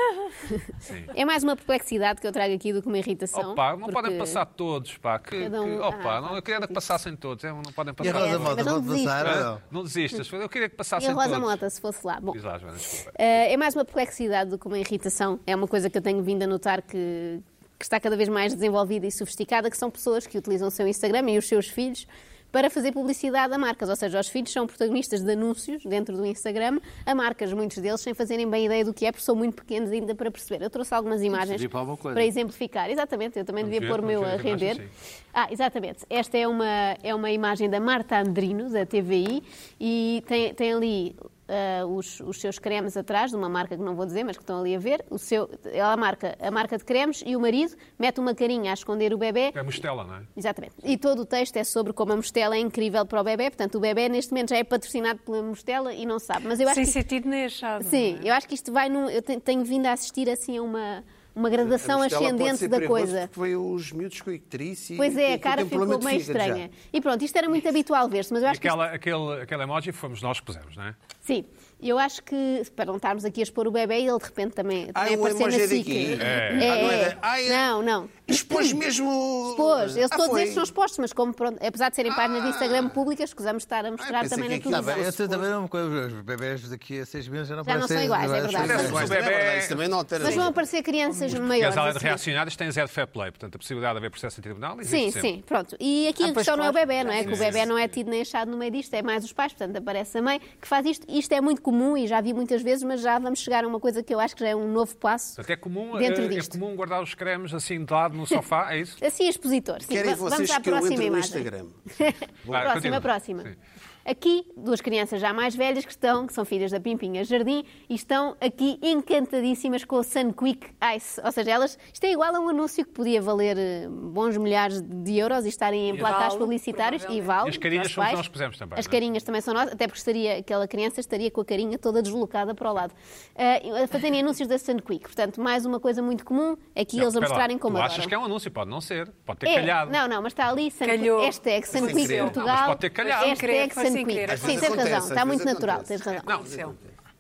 [SPEAKER 5] É mais uma perplexidade que eu trago aqui do que uma irritação.
[SPEAKER 1] Opa, não podem
[SPEAKER 5] então, porque-
[SPEAKER 1] passar todos, pá. Que,
[SPEAKER 5] Cada um-
[SPEAKER 1] que- opa,
[SPEAKER 5] ah,
[SPEAKER 1] não, eu queria era que passassem todos, é, não podem
[SPEAKER 3] E a
[SPEAKER 1] passar
[SPEAKER 3] Rosa
[SPEAKER 5] Mas
[SPEAKER 1] todos.
[SPEAKER 3] Mota
[SPEAKER 5] não
[SPEAKER 3] pode
[SPEAKER 5] desistas.
[SPEAKER 3] passar
[SPEAKER 1] É.
[SPEAKER 3] ou não?
[SPEAKER 1] Não desistas, eu queria que
[SPEAKER 5] E a
[SPEAKER 1] passassem
[SPEAKER 5] Rosa
[SPEAKER 1] todos.
[SPEAKER 5] Mota, se fosse lá. Bom,
[SPEAKER 1] Diz lá, Joana, desculpa.
[SPEAKER 5] Eh, é mais uma perplexidade do que uma irritação. É uma coisa que eu tenho vindo a notar que, que está cada vez mais desenvolvida e sofisticada, que são pessoas que utilizam o seu Instagram e os seus filhos para fazer publicidade a marcas. Ou seja, os filhos são protagonistas de anúncios dentro do Instagram a marcas, muitos deles, sem fazerem bem ideia do que é, porque são muito pequenos ainda para perceber. Eu trouxe algumas imagens
[SPEAKER 3] servir para alguma coisa.
[SPEAKER 5] para exemplificar. Exatamente, eu também
[SPEAKER 1] Vamos
[SPEAKER 5] devia
[SPEAKER 1] ver,
[SPEAKER 5] pôr o meu a
[SPEAKER 1] vamos ver as imagens,
[SPEAKER 5] render.
[SPEAKER 3] assim.
[SPEAKER 5] Ah, exatamente. Esta é uma, é uma imagem da Marta Andrino, da TVI, e tem, tem ali ah, os, os seus cremes atrás, de uma marca que não vou dizer, mas que estão ali a ver. O seu, ela marca a marca de cremes e o marido mete uma carinha a esconder o bebê.
[SPEAKER 1] É Mostela, não é?
[SPEAKER 5] Exatamente. E todo o texto é sobre como a mostela é incrível para o bebê. Portanto, o bebê neste momento já é patrocinado pela mostela e não sabe. Mas eu acho
[SPEAKER 4] Sem
[SPEAKER 5] que isto-
[SPEAKER 4] sentido nem achado.
[SPEAKER 5] Sim, eu acho que isto vai num. Eu te- tenho vindo a assistir assim a uma, uma gradação
[SPEAKER 2] Mas ela pode
[SPEAKER 5] ascendente
[SPEAKER 2] ser
[SPEAKER 5] da
[SPEAKER 2] perigoso
[SPEAKER 5] coisa.
[SPEAKER 2] porque Foi os miúdos com icterícia. e-
[SPEAKER 5] Pois
[SPEAKER 2] e
[SPEAKER 5] é, a
[SPEAKER 2] aquilo
[SPEAKER 5] cara
[SPEAKER 2] tem um
[SPEAKER 5] ficou
[SPEAKER 2] problema
[SPEAKER 5] meio
[SPEAKER 2] de fígado já.
[SPEAKER 5] estranha. E pronto, isto era muito habitual ver-se, mas eu acho que.
[SPEAKER 1] Aquela, aquele, aquele emoji fomos nós que pusemos, não é?
[SPEAKER 5] isto- Sim, eu acho que para não estarmos aqui a expor o bebê, ele de repente também, também
[SPEAKER 2] o
[SPEAKER 5] aparecer na
[SPEAKER 2] emoji é
[SPEAKER 5] SIC.
[SPEAKER 2] daqui.
[SPEAKER 1] É.
[SPEAKER 2] Ah, não é da- Ah, é-
[SPEAKER 5] Não, não.
[SPEAKER 2] Expôs mesmo.
[SPEAKER 5] Expôs. Eles,
[SPEAKER 2] Ah,
[SPEAKER 5] todos
[SPEAKER 2] foi. Ah.
[SPEAKER 5] estes são expostos, mas como pronto, apesar de serem páginas de Instagram públicas, escusamos de estar a mostrar
[SPEAKER 2] pensei
[SPEAKER 5] também
[SPEAKER 2] que
[SPEAKER 5] na
[SPEAKER 2] aquilo
[SPEAKER 3] Tá
[SPEAKER 5] televisão.
[SPEAKER 3] bem, essa também é uma coisa. Os bebés daqui a seis meses já não
[SPEAKER 5] Já não são
[SPEAKER 3] parecem-
[SPEAKER 5] iguais, é
[SPEAKER 3] não
[SPEAKER 5] verdade.
[SPEAKER 2] Mas
[SPEAKER 3] parecem-
[SPEAKER 2] isso é
[SPEAKER 1] bebé-
[SPEAKER 2] verdade, isso também não altera
[SPEAKER 5] Mas vão
[SPEAKER 2] nada.
[SPEAKER 5] aparecer crianças
[SPEAKER 1] E
[SPEAKER 5] maiores. assim,
[SPEAKER 1] as áreas
[SPEAKER 5] a
[SPEAKER 1] de
[SPEAKER 5] seguir.
[SPEAKER 1] reacionários têm zero fair play, portanto a possibilidade de haver processo em tribunal existe
[SPEAKER 5] Sim,
[SPEAKER 1] sempre.
[SPEAKER 5] sim, pronto. E aqui
[SPEAKER 3] Ah,
[SPEAKER 5] a
[SPEAKER 3] pois,
[SPEAKER 5] questão não é o
[SPEAKER 3] claro.
[SPEAKER 5] bebê, não é? Que o bebê não é tido nem achado no meio disto, é mais os pais, portanto aparece a mãe que faz isto. Isto é muito comum e já vi muitas vezes, mas já vamos chegar a uma coisa que eu acho que já é um novo passo
[SPEAKER 1] Portanto, é comum,
[SPEAKER 5] dentro
[SPEAKER 1] eh, é,
[SPEAKER 5] disto.
[SPEAKER 1] comum guardar os cremes assim de lado no sofá, é isso?
[SPEAKER 5] Assim, expositor. Sim,
[SPEAKER 2] Querem
[SPEAKER 5] va- vamos
[SPEAKER 2] vocês
[SPEAKER 5] à
[SPEAKER 2] que eu
[SPEAKER 5] próxima
[SPEAKER 2] entre no
[SPEAKER 5] imagem.
[SPEAKER 2] Instagram.
[SPEAKER 1] Vai,
[SPEAKER 5] próxima,
[SPEAKER 1] continua.
[SPEAKER 5] próxima.
[SPEAKER 1] Sim.
[SPEAKER 5] Aqui, duas crianças já mais velhas que estão, que são filhas da Pimpinha Jardim, e estão aqui encantadíssimas com o Sun Quick Ice. Ou seja, elas, isto é igual a um anúncio que podia valer eh, bons milhares de euros e estarem em placares
[SPEAKER 4] vale,
[SPEAKER 5] publicitários e
[SPEAKER 4] provavelmente.
[SPEAKER 1] E
[SPEAKER 5] vale.
[SPEAKER 1] as carinhas
[SPEAKER 5] para os
[SPEAKER 1] somos
[SPEAKER 5] pais.
[SPEAKER 1] nós que pusemos também,
[SPEAKER 5] As
[SPEAKER 1] não é?
[SPEAKER 5] carinhas também são nós, até porque estaria, aquela criança estaria com a carinha toda deslocada para o lado. Eh, a fazerem anúncios da Sun Quick. Portanto, mais uma coisa muito comum, aqui
[SPEAKER 1] Não,
[SPEAKER 5] eles a
[SPEAKER 1] espera lá.
[SPEAKER 5] mostrarem como
[SPEAKER 1] Tu
[SPEAKER 5] adoram.
[SPEAKER 1] achas que é um anúncio, pode não ser, pode ter
[SPEAKER 5] É,
[SPEAKER 1] calhado.
[SPEAKER 5] Não, não, mas está ali é Sun
[SPEAKER 4] Calhou.
[SPEAKER 5] hashtag Sun Quick
[SPEAKER 2] querer.
[SPEAKER 5] Portugal.
[SPEAKER 1] Não, mas pode ter calhado.
[SPEAKER 4] Sem querer,
[SPEAKER 5] Hashtag
[SPEAKER 4] foi sem
[SPEAKER 5] Sun
[SPEAKER 4] sem querer.
[SPEAKER 5] comigo.
[SPEAKER 4] Às
[SPEAKER 5] Sim,
[SPEAKER 4] vezes
[SPEAKER 5] tens
[SPEAKER 2] acontece,
[SPEAKER 5] razão.
[SPEAKER 2] às
[SPEAKER 5] Está
[SPEAKER 2] vezes
[SPEAKER 5] muito natural,
[SPEAKER 2] acontece.
[SPEAKER 5] tens razão.
[SPEAKER 1] Não.
[SPEAKER 4] Aconteceu.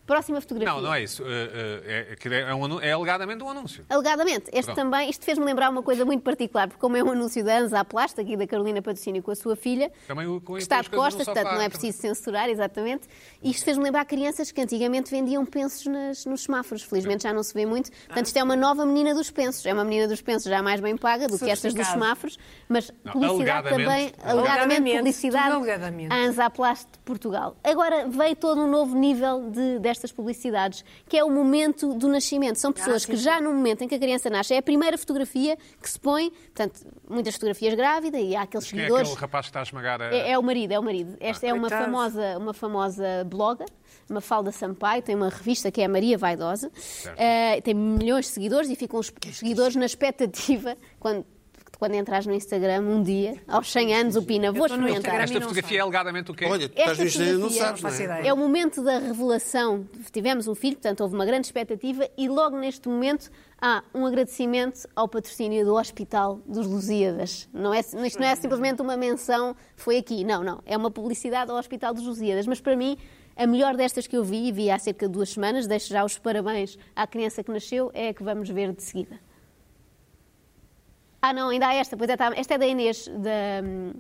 [SPEAKER 5] Próxima fotografia.
[SPEAKER 1] Não, não é isso. É, é, é que é um anu- é alegadamente um anúncio.
[SPEAKER 5] Alegadamente, este
[SPEAKER 1] Perdão.
[SPEAKER 5] também, isto fez-me lembrar uma coisa muito particular, porque como é um anúncio da Anza à Plasta, aqui da Carolina Patrocínio com a sua filha,
[SPEAKER 1] Também o- com
[SPEAKER 5] que está
[SPEAKER 1] as
[SPEAKER 5] de
[SPEAKER 1] coisas
[SPEAKER 5] costas,
[SPEAKER 1] no
[SPEAKER 5] portanto
[SPEAKER 1] sofá,
[SPEAKER 5] não é
[SPEAKER 1] também.
[SPEAKER 5] preciso censurar, exatamente. E isto fez-me lembrar crianças que antigamente vendiam pensos nas- nos semáforos, felizmente já não se vê muito. Portanto, isto é uma nova menina dos pensos, é uma menina dos pensos já mais bem paga do que estas dos
[SPEAKER 4] Sofisticado.
[SPEAKER 5] semáforos, mas
[SPEAKER 1] Não,
[SPEAKER 5] publicidade também,
[SPEAKER 1] alegadamente.
[SPEAKER 5] alegadamente
[SPEAKER 4] Alegadamente,
[SPEAKER 5] publicidade,
[SPEAKER 4] tudo alegadamente.
[SPEAKER 5] à Anza à Plast de Portugal. Agora veio todo um novo nível de- destas publicidades, que é o momento do nascimento.
[SPEAKER 4] Ah,
[SPEAKER 5] São pessoas que já no momento em que a criança nasce, é a primeira fotografia que se põe, portanto, muitas fotografias grávida e há aqueles
[SPEAKER 1] Quem é
[SPEAKER 5] seguidores.
[SPEAKER 1] aquele rapaz que está a esmagar a...
[SPEAKER 5] É, é o marido, é o marido. Esta é uma
[SPEAKER 4] Ah, Coitado.
[SPEAKER 5] famosa, uma famosa bloga, Mafalda Sampaio, tem uma revista que é a Maria Vaidosa, eh, tem milhões de seguidores e ficam os os seguidores na expectativa quando, quando entras no Instagram um dia, aos 100 anos, o Pina, vou
[SPEAKER 4] tô no
[SPEAKER 5] experimentar.
[SPEAKER 4] Instagram
[SPEAKER 1] Esta
[SPEAKER 4] mim não
[SPEAKER 1] fotografia
[SPEAKER 4] sei.
[SPEAKER 1] é alegadamente o quê?
[SPEAKER 2] Olha, tu
[SPEAKER 5] Esta
[SPEAKER 2] estás no Instagram e não
[SPEAKER 5] fotografia-
[SPEAKER 2] sabes, não
[SPEAKER 4] Faço
[SPEAKER 2] é?
[SPEAKER 4] ideia.
[SPEAKER 5] É o momento da revelação. Tivemos um filho, portanto, houve uma grande expectativa e logo neste momento há um agradecimento ao patrocínio do Hospital dos Lusíadas. Não é, isto não é simplesmente uma menção, foi aqui. Não, não. É uma publicidade ao Hospital dos Lusíadas. Mas para mim, a melhor destas que eu vi, e vi há cerca de duas semanas, deixo já os parabéns à criança que nasceu, é a que vamos ver de seguida. Ah, não, ainda há esta. Pois é, tá- esta é da Inês, da,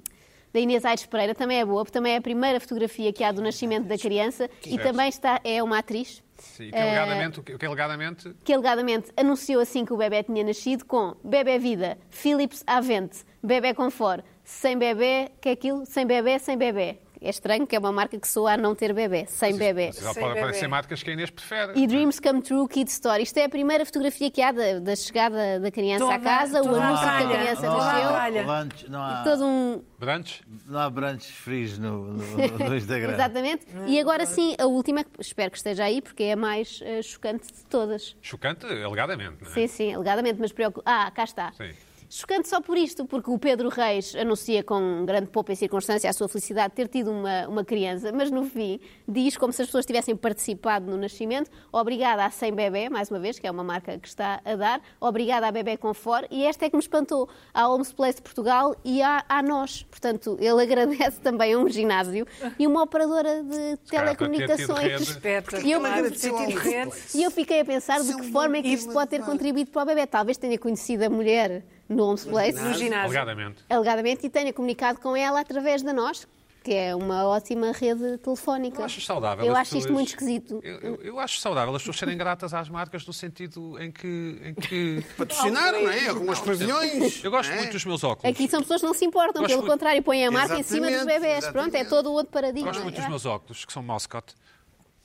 [SPEAKER 5] da Inês Aires Pereira. Também é boa, porque também é a primeira fotografia que há do nascimento da criança. E também está, é uma atriz
[SPEAKER 1] Sim, que é
[SPEAKER 5] eh,
[SPEAKER 1] alegadamente... o que- o que alegadamente...
[SPEAKER 5] que alegadamente anunciou assim que o bebê tinha nascido com bebê vida, Philips Avente, bebê Confort, sem bebê, que é aquilo? Sem bebê, sem bebê. É estranho que é uma marca que soa a não ter bebê, sem bebê.
[SPEAKER 1] Mas é ela
[SPEAKER 4] Sem
[SPEAKER 1] pode
[SPEAKER 4] bebê.
[SPEAKER 1] aparecer marcas que a Inês prefere.
[SPEAKER 5] E Dreams Come True Kid Story. Isto é a primeira fotografia que há da, da chegada da criança à
[SPEAKER 4] Toda-
[SPEAKER 5] casa, o
[SPEAKER 4] toda a
[SPEAKER 5] anúncio que a
[SPEAKER 4] tralha,
[SPEAKER 5] criança
[SPEAKER 4] toda a
[SPEAKER 5] nasceu.
[SPEAKER 4] tralha.
[SPEAKER 3] há lunch, não há,
[SPEAKER 5] e Todo um,
[SPEAKER 1] Branches?
[SPEAKER 3] não há brunches frios no, no, no Instagram.
[SPEAKER 5] Exatamente. E agora sim, a última, que espero que esteja aí, porque é a mais eh, chocante de todas.
[SPEAKER 1] Chocante, alegadamente, não é?
[SPEAKER 5] Sim, sim, alegadamente, mas preocupa. Ah, cá está.
[SPEAKER 1] Sim.
[SPEAKER 5] Chocante só por isto, porque o Pedro Reis anuncia com grande poupa e circunstância a sua felicidade de ter tido uma, uma criança, mas no fim diz como se as pessoas tivessem participado no nascimento. Obrigada à Sem Bebé, mais uma vez, que é uma marca que está a dar. Obrigada à Bebé Confort. E esta é que me espantou. À Homes Place de Portugal e à, à nós. Portanto, ele agradece também a um ginásio e uma operadora de
[SPEAKER 1] calhar para ter tido
[SPEAKER 5] telecomunicações.
[SPEAKER 1] rede.
[SPEAKER 4] Espeta,
[SPEAKER 5] E eu-
[SPEAKER 4] claro, de sentido de rede.
[SPEAKER 5] E eu fiquei a pensar de
[SPEAKER 2] Isso é
[SPEAKER 5] que
[SPEAKER 2] um
[SPEAKER 5] forma é que
[SPEAKER 2] bom
[SPEAKER 5] isto pode ter
[SPEAKER 2] tema.
[SPEAKER 5] contribuído para o bebê. Talvez tenha conhecido a mulher no Homes Place,
[SPEAKER 4] No ginásio.
[SPEAKER 1] Alegadamente.
[SPEAKER 5] alegadamente, e tenha comunicado com ela através da nós, que é uma ótima rede telefónica.
[SPEAKER 1] Eu acho saudável.
[SPEAKER 5] Eu
[SPEAKER 1] as
[SPEAKER 5] acho isto
[SPEAKER 1] pessoas-
[SPEAKER 5] muito esquisito.
[SPEAKER 1] Eu, eu- eu acho saudável as pessoas serem gratas às marcas no sentido em que. Em que...
[SPEAKER 2] Patrocinar, não é? Alguns pavilhões.
[SPEAKER 1] Eu gosto
[SPEAKER 2] não é?
[SPEAKER 1] muito dos meus óculos.
[SPEAKER 5] Aqui são pessoas que não se importam,
[SPEAKER 1] Gosto
[SPEAKER 5] pelo
[SPEAKER 1] muito-
[SPEAKER 5] contrário, põem a marca em cima dos
[SPEAKER 2] Exatamente,
[SPEAKER 5] bebés. Pronto, é
[SPEAKER 2] exatamente.
[SPEAKER 5] todo o outro paradigma.
[SPEAKER 1] Gosto muito dos meus óculos, que são Mousecot,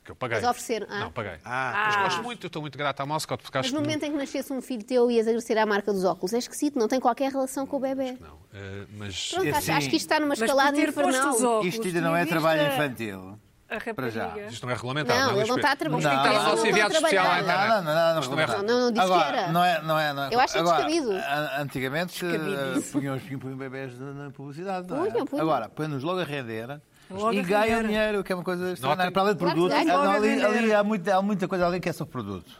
[SPEAKER 1] que eu paguei.
[SPEAKER 5] é? Mas ofereceram, ah.
[SPEAKER 1] Não, paguei.
[SPEAKER 2] Ah.
[SPEAKER 1] Mas gosto muito, eu estou muito grato à Mousecot, porque
[SPEAKER 5] Mas
[SPEAKER 1] acho
[SPEAKER 5] no
[SPEAKER 1] que.
[SPEAKER 5] momento em que nascesse um filho teu, ias agradecer à marca dos óculos. É esquisito, não tem qualquer relação com o bebê.
[SPEAKER 1] Não, eh, mas.
[SPEAKER 5] Pronto, acho,
[SPEAKER 3] Sim.
[SPEAKER 5] acho que isto está
[SPEAKER 4] É
[SPEAKER 5] numa
[SPEAKER 4] assim, Mas por
[SPEAKER 5] escalada
[SPEAKER 4] ter posto os
[SPEAKER 5] infernal.
[SPEAKER 4] óculos.
[SPEAKER 3] Isto ainda não
[SPEAKER 4] tinha
[SPEAKER 3] é
[SPEAKER 4] visto
[SPEAKER 3] trabalho
[SPEAKER 4] a-
[SPEAKER 3] infantil.
[SPEAKER 4] A
[SPEAKER 3] Para já.
[SPEAKER 4] rapariga.
[SPEAKER 1] Isto não é regulamentado.
[SPEAKER 5] Não,
[SPEAKER 1] Luís
[SPEAKER 5] ele não está a
[SPEAKER 1] Pedro?
[SPEAKER 5] trabalhar.
[SPEAKER 3] Não,
[SPEAKER 5] parece que
[SPEAKER 3] não,
[SPEAKER 5] não
[SPEAKER 1] se
[SPEAKER 5] está a
[SPEAKER 1] enviados social à
[SPEAKER 5] trabalhar.
[SPEAKER 1] internet.
[SPEAKER 3] Não, não, não, não,
[SPEAKER 1] Isto não é
[SPEAKER 5] Não, não disse que
[SPEAKER 3] Agora,
[SPEAKER 5] era.
[SPEAKER 3] Não é, não é, não é.
[SPEAKER 5] Eu acho
[SPEAKER 3] Agora,
[SPEAKER 5] descabido.
[SPEAKER 3] a- Antigamente
[SPEAKER 4] Descabido
[SPEAKER 3] eh,
[SPEAKER 4] isso.
[SPEAKER 3] punham, os- punham bebés na na publicidade. não é?
[SPEAKER 5] Punham, punham.
[SPEAKER 3] Agora, põe-nos logo a render
[SPEAKER 4] Logo
[SPEAKER 3] e
[SPEAKER 4] a
[SPEAKER 3] ganham
[SPEAKER 4] render.
[SPEAKER 3] dinheiro, que é uma coisa extraordinária.
[SPEAKER 1] Notem-
[SPEAKER 3] Para além de
[SPEAKER 5] Claro que
[SPEAKER 3] produto,
[SPEAKER 5] ganham.
[SPEAKER 3] ali,
[SPEAKER 4] Logo a
[SPEAKER 3] ali
[SPEAKER 4] vender.
[SPEAKER 3] há, muita, há muita coisa ali que é só produto.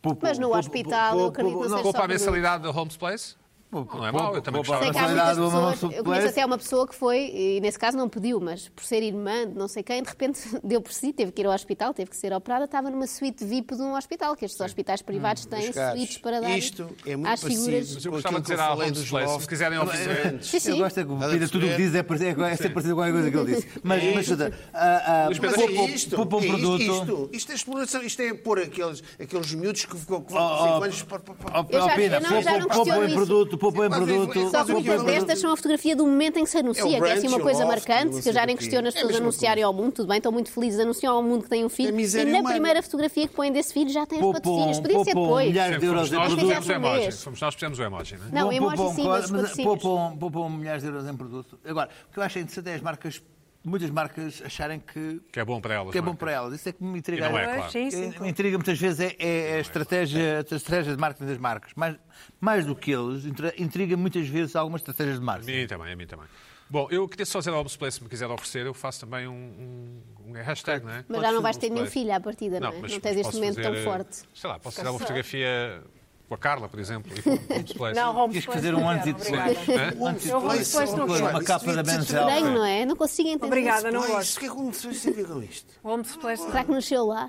[SPEAKER 3] Poupa-
[SPEAKER 5] Mas no
[SPEAKER 3] poupa-
[SPEAKER 5] hospital, eu acredito que não
[SPEAKER 3] poupa-
[SPEAKER 5] seja
[SPEAKER 1] Poupa
[SPEAKER 5] só
[SPEAKER 1] a mensalidade da Homes Place?
[SPEAKER 3] Poupa-
[SPEAKER 1] Não é mau, eu também
[SPEAKER 3] poupa-
[SPEAKER 1] gostava.
[SPEAKER 5] Sei que
[SPEAKER 3] poupa-
[SPEAKER 5] há muitas
[SPEAKER 3] Solidariedade, uma mão
[SPEAKER 5] pessoas, eu conheço
[SPEAKER 3] suplex.
[SPEAKER 5] até uma pessoa que foi, e nesse caso não pediu, mas por ser irmã de não sei quem, de repente deu por si, teve que ir ao hospital, teve que ser operada, estava numa suíte VIP de um hospital, que estes hospitais privados têm
[SPEAKER 2] Hum, Os caros.
[SPEAKER 5] suítes para dar
[SPEAKER 2] Isto é muito
[SPEAKER 5] às figuras.
[SPEAKER 2] parecido
[SPEAKER 1] Mas eu gostava
[SPEAKER 2] com aquilo
[SPEAKER 1] de
[SPEAKER 2] que eu
[SPEAKER 1] dizer à
[SPEAKER 2] falei
[SPEAKER 1] Homes
[SPEAKER 2] dos
[SPEAKER 1] Place,
[SPEAKER 2] lofts
[SPEAKER 1] se quiserem oferecer.
[SPEAKER 2] antes.
[SPEAKER 5] Sim, sim.
[SPEAKER 3] Eu gosto é que o
[SPEAKER 2] Nada
[SPEAKER 3] Pina
[SPEAKER 2] a
[SPEAKER 3] tudo o que
[SPEAKER 2] perceber.
[SPEAKER 3] diz é, parecido- é, é sempre parecido com alguma coisa que ele disse. Mas, mas uh, uh,
[SPEAKER 1] Luís
[SPEAKER 2] Mas
[SPEAKER 1] Pedro,
[SPEAKER 2] é
[SPEAKER 1] poupa-
[SPEAKER 2] isto,
[SPEAKER 3] poupa um
[SPEAKER 2] é isto,
[SPEAKER 3] produto.
[SPEAKER 2] isto, isto é exploração, isto é pôr aqueles, aqueles miúdos que ficam com 5
[SPEAKER 3] oh,
[SPEAKER 2] anos para, para, para.
[SPEAKER 3] Ó,
[SPEAKER 5] Eu já-
[SPEAKER 3] ó, Pina,
[SPEAKER 5] eu não- já não
[SPEAKER 3] poupa- poupa
[SPEAKER 5] questiono
[SPEAKER 3] em
[SPEAKER 5] isso.
[SPEAKER 3] produto, poupa em
[SPEAKER 2] Mas isso-
[SPEAKER 3] produto.
[SPEAKER 5] Só
[SPEAKER 2] Mas
[SPEAKER 5] que
[SPEAKER 2] o
[SPEAKER 5] muitas
[SPEAKER 2] problema-
[SPEAKER 5] destas são a fotografia do momento em que se anuncia,
[SPEAKER 2] É o
[SPEAKER 5] que é assim uma
[SPEAKER 2] brunch,
[SPEAKER 5] coisa
[SPEAKER 2] o loft,
[SPEAKER 5] marcante,
[SPEAKER 2] não
[SPEAKER 5] que eu
[SPEAKER 2] sei
[SPEAKER 5] já
[SPEAKER 2] do
[SPEAKER 5] nem
[SPEAKER 2] quê.
[SPEAKER 5] questiono as
[SPEAKER 2] É a
[SPEAKER 5] pessoas
[SPEAKER 2] mesma
[SPEAKER 5] anunciarem
[SPEAKER 2] coisa.
[SPEAKER 5] ao mundo, tudo bem, estão muito felizes, anunciam ao mundo que têm um filho,
[SPEAKER 2] É
[SPEAKER 5] e
[SPEAKER 2] miséria
[SPEAKER 5] na
[SPEAKER 2] humana.
[SPEAKER 5] primeira fotografia que põem desse filho já têm os patrocínios,
[SPEAKER 3] Poupam,
[SPEAKER 5] podia ser
[SPEAKER 3] poupam
[SPEAKER 5] depois.
[SPEAKER 3] milhares de euros
[SPEAKER 1] Fomos
[SPEAKER 3] em
[SPEAKER 1] nós que
[SPEAKER 5] produto.
[SPEAKER 1] fizemos o
[SPEAKER 5] Fizemos um
[SPEAKER 1] emoji.
[SPEAKER 5] mês.
[SPEAKER 1] Fomos nós que fizemos o emoji, não é?
[SPEAKER 5] Não,
[SPEAKER 3] Bom,
[SPEAKER 5] emoji
[SPEAKER 3] poupam
[SPEAKER 5] sim,
[SPEAKER 3] quase-
[SPEAKER 2] eh,
[SPEAKER 5] mas
[SPEAKER 3] mas eh,
[SPEAKER 5] patrocínios.
[SPEAKER 3] poupam, poupam milhares de euros em produto. Agora, o que eu acho interessante é as marcas, muitas marcas acharem que,
[SPEAKER 1] Que é bom para elas.
[SPEAKER 3] que é bom
[SPEAKER 1] não
[SPEAKER 3] para elas. Isso é que me intriga.
[SPEAKER 1] E não é,
[SPEAKER 4] Pois,
[SPEAKER 1] claro.
[SPEAKER 4] sim, sim,
[SPEAKER 3] Me intriga muitas vezes é, é a, estratégia, a estratégia de marketing das marcas. Mais, mais do que eles, intra- intriga muitas vezes algumas estratégias de
[SPEAKER 1] A
[SPEAKER 3] marketing.
[SPEAKER 5] É.
[SPEAKER 1] mim também, a mim também. Bom, eu queria só dizer ao Homes Place, se me quiser oferecer, eu faço também um, um, um hashtag, não é? um
[SPEAKER 5] Mas já não vais ter nenhum filho à partida, não, é?
[SPEAKER 1] mas-
[SPEAKER 5] não tens
[SPEAKER 1] mas
[SPEAKER 5] este
[SPEAKER 1] posso
[SPEAKER 5] momento tão
[SPEAKER 1] fazer, eh,
[SPEAKER 5] forte.
[SPEAKER 1] Sei lá, posso tirar uma fotografia com a Carla, por exemplo, e com o Clube de Place.
[SPEAKER 4] Não,
[SPEAKER 3] Tens
[SPEAKER 4] homeplace.
[SPEAKER 3] que fazer
[SPEAKER 4] não
[SPEAKER 3] um
[SPEAKER 4] quero,
[SPEAKER 3] anti-display.
[SPEAKER 4] obrigada.
[SPEAKER 1] Hã?
[SPEAKER 4] Eu vou depois não
[SPEAKER 2] Joana,
[SPEAKER 4] quero.
[SPEAKER 3] Uma
[SPEAKER 2] isso
[SPEAKER 3] capa da
[SPEAKER 2] devia ter
[SPEAKER 3] Benzel.
[SPEAKER 2] tudo
[SPEAKER 5] Estranho,
[SPEAKER 2] bem.
[SPEAKER 5] não é? Não consigo entender.
[SPEAKER 4] Obrigada, não
[SPEAKER 2] Pois,
[SPEAKER 4] gosto.
[SPEAKER 2] O que é que um pessoa tem a ver com isto?
[SPEAKER 4] Homeplace,
[SPEAKER 5] Será que nasceu lá?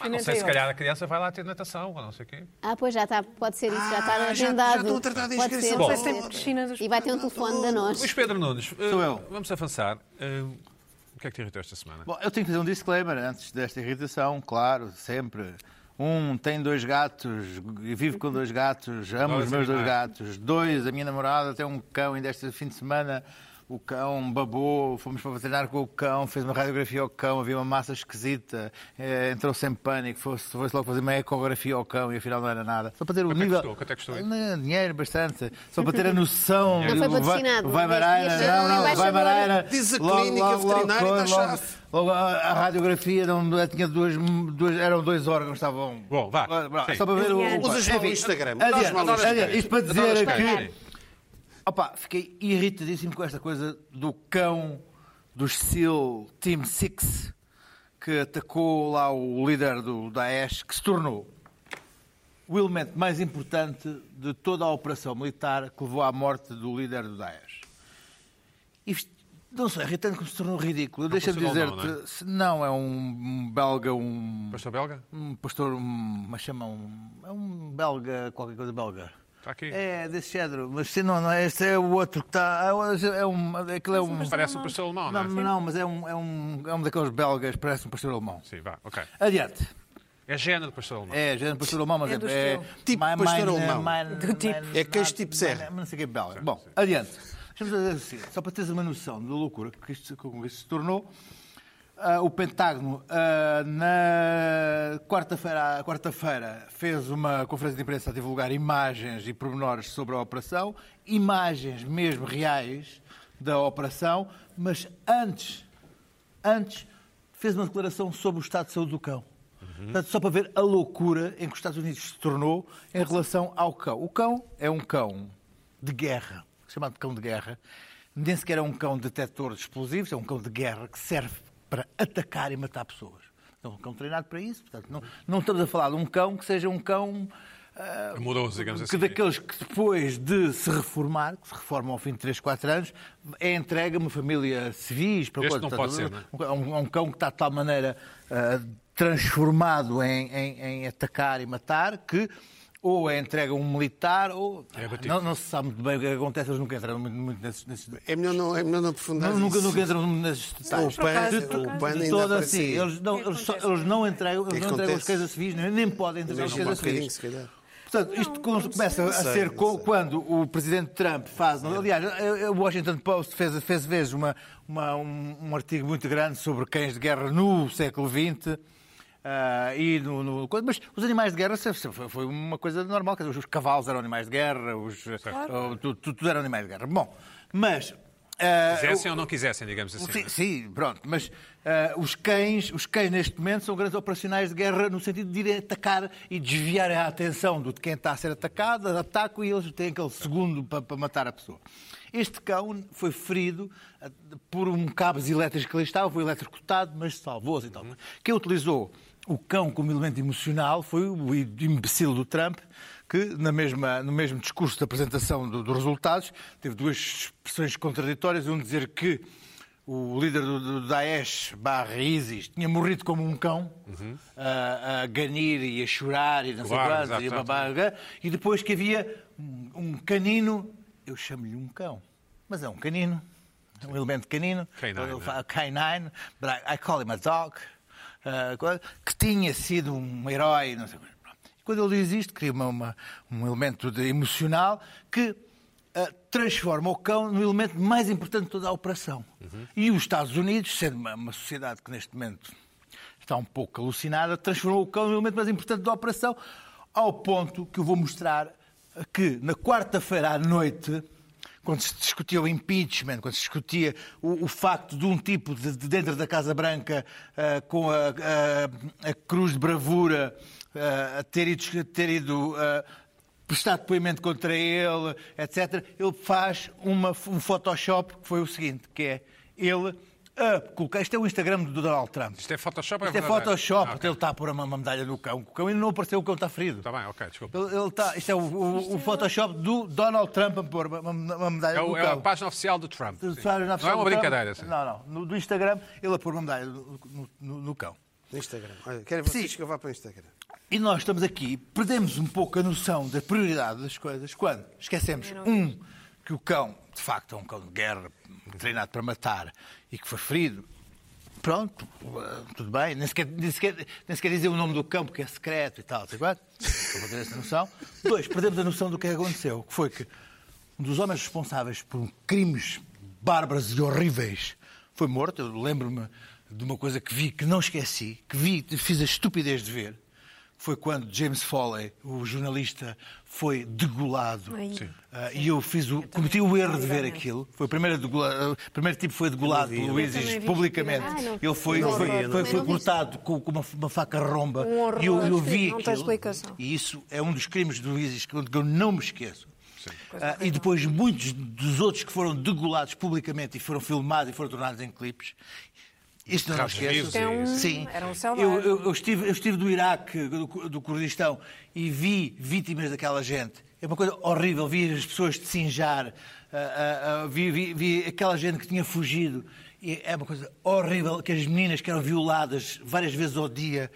[SPEAKER 1] Não
[SPEAKER 4] experimentei
[SPEAKER 5] é
[SPEAKER 1] sei, se
[SPEAKER 4] outro.
[SPEAKER 1] calhar a criança vai lá ter natação, ou não sei o quê.
[SPEAKER 5] Ah, pois já está, pode ser isso, já está
[SPEAKER 2] Ah, já- já
[SPEAKER 5] agendado.
[SPEAKER 2] estão a tratar da
[SPEAKER 5] Pode ser,
[SPEAKER 2] inscrição.
[SPEAKER 5] pode
[SPEAKER 1] Bom.
[SPEAKER 5] ser.
[SPEAKER 4] Tem piscina dos-
[SPEAKER 5] E vai ter um telefone da nós.
[SPEAKER 1] Luís Pedro Nunes, eh,
[SPEAKER 3] Sou eu.
[SPEAKER 1] vamos avançar. Eh, o que é que te irritou esta semana?
[SPEAKER 3] Bom, eu tenho que fazer um disclaimer antes desta irritação, claro, sempre. Um tem dois gatos, vive com dois gatos, amo
[SPEAKER 1] Adoro
[SPEAKER 3] os meus
[SPEAKER 1] esse
[SPEAKER 3] dois
[SPEAKER 1] animal.
[SPEAKER 3] gatos. Dois, a minha namorada tem um cão, ainda este fim de semana o cão babou, fomos para veterinário com o cão, fez uma radiografia ao cão, havia uma massa esquisita, eh, entrou sem pânico, foi-se foi-se logo fazer uma ecografia ao cão e afinal não era nada. Só para ter o
[SPEAKER 1] Quanto é que
[SPEAKER 3] nível.
[SPEAKER 1] custou? Quanto é que custou isso?
[SPEAKER 3] Não, dinheiro, bastante. Só para ter a noção.
[SPEAKER 5] Não
[SPEAKER 3] do-
[SPEAKER 5] foi
[SPEAKER 3] vai-
[SPEAKER 5] patrocinado,
[SPEAKER 3] Vai
[SPEAKER 5] dez
[SPEAKER 3] Maraira,
[SPEAKER 5] dias,
[SPEAKER 3] não,
[SPEAKER 5] não,
[SPEAKER 3] não, vai
[SPEAKER 5] embaixador.
[SPEAKER 3] Maraira.
[SPEAKER 2] Diz a
[SPEAKER 3] Logo,
[SPEAKER 2] clínica
[SPEAKER 3] logo, logo,
[SPEAKER 2] veterinária e
[SPEAKER 3] logo,
[SPEAKER 2] dá
[SPEAKER 3] logo.
[SPEAKER 2] chave.
[SPEAKER 3] Logo, a, a radiografia não, ela tinha duas, duas- Eram dois órgãos, estavam.
[SPEAKER 1] Bom, vá.
[SPEAKER 3] Bra-
[SPEAKER 1] Sim.
[SPEAKER 3] Só para ver o.
[SPEAKER 4] Adiante.
[SPEAKER 2] Usas mal o Instagram. Usas
[SPEAKER 3] Adiante,
[SPEAKER 2] mal o
[SPEAKER 3] adiante.
[SPEAKER 2] Instagram.
[SPEAKER 3] Isto para
[SPEAKER 1] Adoro
[SPEAKER 3] dizer
[SPEAKER 1] as
[SPEAKER 3] que.
[SPEAKER 1] caras.
[SPEAKER 3] Opa, fiquei irritadíssimo com esta coisa do cão do SEAL Team Six que atacou lá o líder do Daesh, que se tornou o elemento mais importante de toda a operação militar que levou à morte do líder do Daesh. E isto, não sei, é irritante como se tornou ridículo. Deixa-me
[SPEAKER 1] profissional
[SPEAKER 3] dizer-te,
[SPEAKER 1] não, não
[SPEAKER 3] se não é um belga, um
[SPEAKER 1] Pastor belga?
[SPEAKER 3] um pastor, um, mas chama um, é um belga, qualquer coisa belga.
[SPEAKER 1] Está aqui.
[SPEAKER 3] É, desse género, mas se não, não, este é o outro que está. É, o- é um, aquele é um.
[SPEAKER 1] Parece o pastor alemão, não
[SPEAKER 3] Não,
[SPEAKER 1] é?
[SPEAKER 3] não, mas é um, é, um, é um daqueles belgas, parece um pastor alemão.
[SPEAKER 1] Sim, vá, ok.
[SPEAKER 3] Adiante.
[SPEAKER 1] É género de pastor alemão.
[SPEAKER 3] É, género pastor alemão, mas
[SPEAKER 4] É
[SPEAKER 3] é.
[SPEAKER 4] do
[SPEAKER 3] é
[SPEAKER 4] estilo.
[SPEAKER 2] Tipo
[SPEAKER 3] mine-
[SPEAKER 2] pastor
[SPEAKER 3] mine-
[SPEAKER 2] alemão.
[SPEAKER 3] mine-
[SPEAKER 4] Do tipo.
[SPEAKER 3] mine-
[SPEAKER 2] É queijo tipo
[SPEAKER 3] mine-
[SPEAKER 2] serra.
[SPEAKER 3] Não sei o que é belga. Bom, adiante. Deixa-me dizer assim, só para teres uma noção da loucura que isto, como isto se tornou. ah, o Pentágono, ah, na quarta-feira, à quarta-feira, fez uma conferência de imprensa a divulgar imagens e pormenores sobre a operação, imagens mesmo reais da operação, mas antes antes fez uma declaração sobre o estado de saúde do cão. Portanto, só para ver a loucura em que os Estados Unidos se tornou em relação ao cão. O cão é um cão de guerra, chamado cão de guerra. Nem sequer é um cão detector de explosivos, é um cão de guerra que serve para atacar e matar pessoas. É um cão treinado para isso. Portanto, não, não estamos a falar de um cão que seja um cão
[SPEAKER 1] Amoroso, digamos
[SPEAKER 3] que
[SPEAKER 1] assim.
[SPEAKER 3] daqueles que depois de se reformar, que se reformam ao fim de 3, 4 anos, é entregue a uma família civis. Para
[SPEAKER 1] Este
[SPEAKER 3] coisa.
[SPEAKER 1] não pode ser, não é?
[SPEAKER 3] um, um- um cão que está de tal maneira ah, transformado em, em- em atacar e matar que ou é entregue a um militar ou...
[SPEAKER 1] É abatido.
[SPEAKER 3] não, não se sabe muito bem o que acontece, eles nunca entram muito, muito nesses... nesses-
[SPEAKER 2] É melhor não, é melhor não aprofundar
[SPEAKER 3] não, nunca,
[SPEAKER 2] isso.
[SPEAKER 3] nunca entram nesses
[SPEAKER 2] O
[SPEAKER 3] detalhes.
[SPEAKER 2] PAN,
[SPEAKER 4] acaso, por
[SPEAKER 2] o
[SPEAKER 4] acaso.
[SPEAKER 2] PAN
[SPEAKER 3] De
[SPEAKER 2] ainda
[SPEAKER 3] todo
[SPEAKER 2] aparece
[SPEAKER 3] assim.
[SPEAKER 2] aí.
[SPEAKER 3] Eles não,
[SPEAKER 4] O que
[SPEAKER 3] eles, só-
[SPEAKER 4] acontece? é
[SPEAKER 3] eles não entregam, eles
[SPEAKER 2] que
[SPEAKER 3] não entregam
[SPEAKER 2] acontece?
[SPEAKER 3] as coisas civis, nem, nem podem entregar as
[SPEAKER 2] Vejam um
[SPEAKER 3] coisas
[SPEAKER 2] bocadinho,
[SPEAKER 3] civis.
[SPEAKER 2] se calhar.
[SPEAKER 3] Portanto, isto com- começa a
[SPEAKER 2] sei,
[SPEAKER 3] ser
[SPEAKER 2] não
[SPEAKER 3] co-
[SPEAKER 2] sei.
[SPEAKER 3] quando o presidente Trump faz. Aliás, eh, eh, o Washington Post fez, fez vez uma, uma- um, um artigo muito grande sobre cães de guerra no século XX. ah, e no, no- coisa- mas os animais de guerra se- se- foi foi uma coisa normal, quer dizer, os cavalos eram animais de guerra, os, oh, tu- tu- tudo, eram animais de guerra. Bom, mas. ah,
[SPEAKER 1] Quisessem ou não quisessem, digamos assim.
[SPEAKER 3] Sim, sim, pronto, mas ah, os cães, os cães neste momento são grandes operacionais de guerra no sentido de irem atacar e desviar a atenção do de quem está a ser atacado, atacam e eles têm aquele segundo para, para matar a pessoa. Este cão foi ferido ah, por um cabos elétricos que ali estava, foi eletrocutado, mas salvou-se e tal. Quem utilizou o cão como elemento emocional foi o imbecil do Trump, que na mesma, no mesmo discurso da apresentação do- dos resultados teve duas expressões contraditórias, um dizer que o líder do, do Daesh barra ISIS tinha morrido como um cão, a, a ganir e a chorar e não sei
[SPEAKER 1] Uhum. Claro,
[SPEAKER 3] quantos,
[SPEAKER 1] exato,
[SPEAKER 3] e, a
[SPEAKER 1] exato.
[SPEAKER 3] babar, e depois que havia um, um canino, eu chamo-lhe um cão, mas é um canino, é um elemento canino,
[SPEAKER 1] Canine,
[SPEAKER 3] Ele
[SPEAKER 1] né?
[SPEAKER 3] fala canine, but I, I call him a dog, ah, coisa, que tinha sido um herói, não sei o quê. E Quando ele diz isto, cria uma, uma- um elemento de- emocional que ah, transforma o cão no elemento mais importante de toda a operação. E os Estados Unidos, sendo uma, uma sociedade que neste momento está um pouco alucinada, transformou o cão no elemento mais importante da operação, ao ponto que eu vou mostrar que na quarta-feira à noite quando se discutia o impeachment, quando se discutia o, o facto de um tipo de, de dentro da Casa Branca ah, com a, a- a cruz de bravura ah, a ter ido, ter ido, ah, prestar depoimento contra ele, etc., ele faz uma- um Photoshop que foi o seguinte, que é ele a colocar. Isto é o Instagram do Donald Trump.
[SPEAKER 1] Isto é Photoshop ou é
[SPEAKER 3] Isto é
[SPEAKER 1] verdadeiro?
[SPEAKER 3] Photoshop,
[SPEAKER 1] Ah, ok. Tá
[SPEAKER 3] ele está a pôr uma uma medalha no cão. O cão ainda não apareceu, o cão está ferido.
[SPEAKER 1] Está bem, ok, desculpa.
[SPEAKER 3] Ele, ele está, isto é o, o- o Photoshop do Donald Trump a pôr uma, uma- uma medalha
[SPEAKER 1] É, o-
[SPEAKER 3] no
[SPEAKER 1] é a
[SPEAKER 3] cão.
[SPEAKER 1] página oficial do Trump.
[SPEAKER 3] Do
[SPEAKER 1] sim.
[SPEAKER 3] Sário
[SPEAKER 1] Não é
[SPEAKER 3] na
[SPEAKER 1] uma
[SPEAKER 3] Fábrica do Cão.
[SPEAKER 1] brincadeira, sim.
[SPEAKER 3] Não, não. No, do Instagram, ele a pôr uma medalha no, no- no cão.
[SPEAKER 2] No Instagram. Olha, quero vocês
[SPEAKER 3] Sim.
[SPEAKER 2] que eu vá para o Instagram.
[SPEAKER 3] E nós estamos aqui, perdemos um pouco a noção da prioridade das coisas quando esquecemos, um, que o cão, de facto, é um cão de guerra, treinado para matar e que foi ferido. Pronto, eh, tudo bem, nem sequer, nem, sequer, nem sequer dizer o nome do cão porque é secreto e tal, sei quanto. Estou a ter essa noção. Dois, perdemos a noção do que aconteceu, que foi que um dos homens responsáveis por um crimes bárbaros e horríveis foi morto. Eu lembro-me de uma coisa que vi, que não esqueci, que vi, fiz a estupidez de ver. Foi quando James Foley, o jornalista, foi degolado.
[SPEAKER 4] Ai. Sim.
[SPEAKER 3] Ah, e eu fiz o, cometi o erro de ver aquilo. Foi o primeiro, degola- o primeiro tipo que foi degolado pelo ISIS
[SPEAKER 4] também vi.
[SPEAKER 3] publicamente.
[SPEAKER 5] Ah, não.
[SPEAKER 3] Ele foi,
[SPEAKER 5] Não vi,
[SPEAKER 3] foi,
[SPEAKER 5] não
[SPEAKER 3] foi,
[SPEAKER 5] vi.
[SPEAKER 3] foi
[SPEAKER 5] Também não vi.
[SPEAKER 3] cortado com, com uma, uma faca romba.
[SPEAKER 4] Um horror.
[SPEAKER 3] e eu, eu vi
[SPEAKER 4] Não tem
[SPEAKER 3] aquilo.
[SPEAKER 4] explicação.
[SPEAKER 3] E isso é um dos crimes do ISIS que eu que eu não me esqueço. Ah, e depois muitos dos outros que foram degolados publicamente e foram filmados e foram tornados em clipes. Isto não me
[SPEAKER 1] Rabos
[SPEAKER 3] esqueço.
[SPEAKER 1] vivos e- Então,
[SPEAKER 3] Sim.
[SPEAKER 4] era um
[SPEAKER 3] eu,
[SPEAKER 4] selvagem.
[SPEAKER 3] eu, eu estive, eu estive do Iraque, do, Cu- do Kurdistão, e vi vítimas daquela gente. É uma coisa horrível. Vi as pessoas de sinjar, ah, ah, ah, vi, vi, vi aquela gente que tinha fugido. E é uma coisa horrível que as meninas que eram violadas várias vezes ao dia.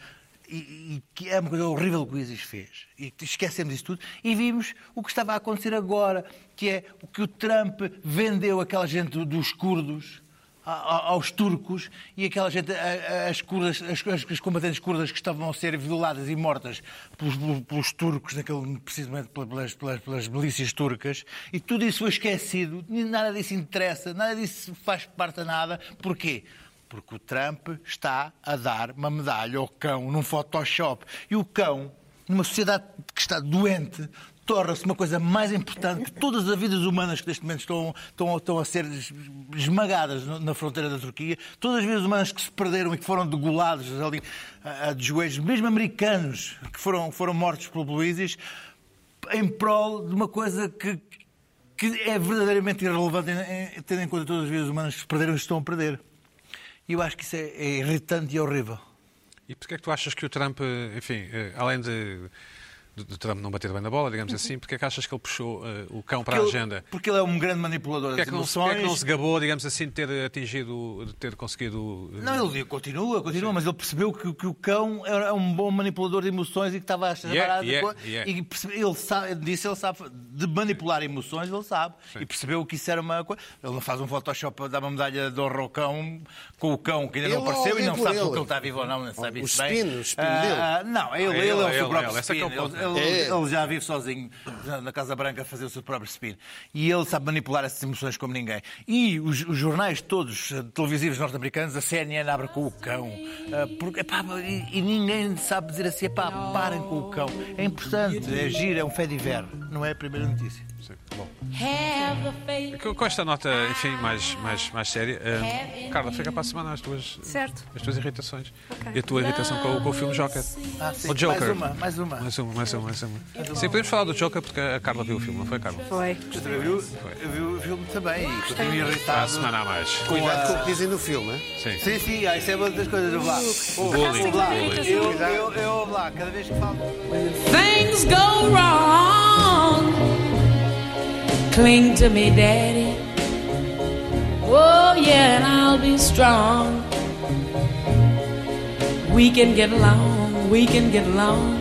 [SPEAKER 3] E, e que é uma coisa horrível que o ISIS fez. E esquecemos isso tudo. E vimos o que estava a acontecer agora, que é o que o Trump vendeu àquela gente do- dos curdos a- a- aos turcos e aquela gente, a- a- as, curdas, as, as- as combatentes curdas que estavam a ser violadas e mortas pelos, pelos- pelos turcos, naquele, precisamente pela- pelas, pelas, pelas milícias turcas, e tudo isso foi esquecido, nem nada disso interessa, nada disso faz parte a nada. Porquê? Porque o Trump está a dar uma medalha ao cão num Photoshop. E o cão, numa sociedade que está doente, torna-se uma coisa mais importante que todas as vidas humanas que neste momento estão, estão, estão a ser es- esmagadas no- na fronteira da Turquia, todas as vidas humanas que se perderam e que foram degoladas ali ah, ah, de joelhos, mesmo americanos que foram, foram mortos pelo ISIS, em prol de uma coisa que, que é verdadeiramente irrelevante, em- em- tendo em conta todas as vidas humanas que se perderam e estão a perder. E eu acho que isso é, é irritante e horrível.
[SPEAKER 1] E porquê é que tu achas que o Trump, eh, enfim, eh, além de, de, de Trump não bater bem na bola, digamos assim, porquê é que achas que ele puxou eh, o cão para a
[SPEAKER 3] Uhum. Porque ele-
[SPEAKER 1] agenda?
[SPEAKER 3] Porque ele é um grande manipulador
[SPEAKER 1] Porquê é,
[SPEAKER 3] das
[SPEAKER 1] que não, se- porquê é que não
[SPEAKER 3] emoções.
[SPEAKER 1] se gabou, digamos assim, de ter atingido, de ter conseguido... eh,
[SPEAKER 3] Não, ele continua, continua, mas ele percebeu que, que o cão era um bom manipulador de emoções e que estava a achar
[SPEAKER 1] Yeah,
[SPEAKER 3] barata
[SPEAKER 1] yeah,
[SPEAKER 3] coisa.
[SPEAKER 1] yeah.
[SPEAKER 3] E percebe- ele sabe, disse, ele sabe de manipular emoções, ele sabe. E percebeu que isso era uma coisa. Ele não faz um Photoshop a dar uma medalha de honra ao cão com o cão que ainda não
[SPEAKER 2] Ele
[SPEAKER 3] apareceu e não
[SPEAKER 2] ou
[SPEAKER 3] sabe se o
[SPEAKER 2] ele?
[SPEAKER 3] cão está vivo ou não, não sabe
[SPEAKER 2] O
[SPEAKER 3] isso bem.
[SPEAKER 2] spin, o spin
[SPEAKER 3] Ah,
[SPEAKER 2] dele.
[SPEAKER 3] ah, não, ele,
[SPEAKER 1] Ah,
[SPEAKER 3] ele é
[SPEAKER 1] ele,
[SPEAKER 3] o seu
[SPEAKER 1] ele,
[SPEAKER 3] próprio
[SPEAKER 1] ele, esse é que
[SPEAKER 3] spin.
[SPEAKER 1] é o
[SPEAKER 3] Ele,
[SPEAKER 1] ponto.
[SPEAKER 3] ele-
[SPEAKER 2] É.
[SPEAKER 3] ele já vive sozinho na- na Casa Branca a fazer o seu próprio spin. E ele sabe manipular essas emoções como ninguém. E os, os jornais todos eh, televisivos norte-americanos, a CNN abre com o cão. Ah, porque, epá, e, e ninguém sabe dizer assim, epá, parem com o cão. É importante, é giro, é um fé de Não é a primeira notícia.
[SPEAKER 1] Sim, bom. É
[SPEAKER 6] Have the faith.
[SPEAKER 1] Com com esta nota, enfim, mais, mais, mais séria, eh, Carla, fica para a semana as tuas,
[SPEAKER 4] Certo.
[SPEAKER 1] as tuas irritações. E a tua irritação com, o- com o filme Joker.
[SPEAKER 3] Ah, sim,
[SPEAKER 1] O Joker.
[SPEAKER 3] Mais uma, mais uma.
[SPEAKER 1] Mais uma, mais uma, mais uma. Sim, podemos falar do Joker porque a Carla viu o filme, não foi, Carla?
[SPEAKER 4] Foi.
[SPEAKER 3] Eu vi, o- eu vi o filme também e continuo
[SPEAKER 1] Para a
[SPEAKER 3] irritado.
[SPEAKER 1] semana a mais.
[SPEAKER 2] Cuidado com o que dizem no filme, é? hein?
[SPEAKER 1] Sim.
[SPEAKER 3] Sim, sim, ah, isso é uma das coisas do Blá. O
[SPEAKER 1] bullying,
[SPEAKER 3] Blá,
[SPEAKER 1] bullying.
[SPEAKER 3] eu, eu, eu, Blá, cada vez que falo.
[SPEAKER 6] things go wrong, cling to me, Daddy. Oh, yeah, and I'll be strong. We can get along, we can get along.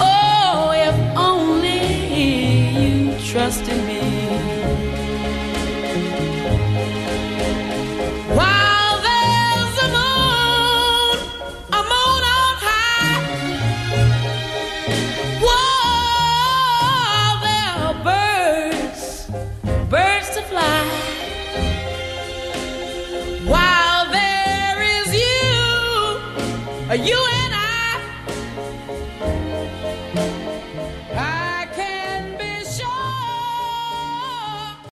[SPEAKER 6] Oh, if only you trusted me. While there's a moon, a moon on high. Whoa, there are birds, birds to fly. While there is you, you and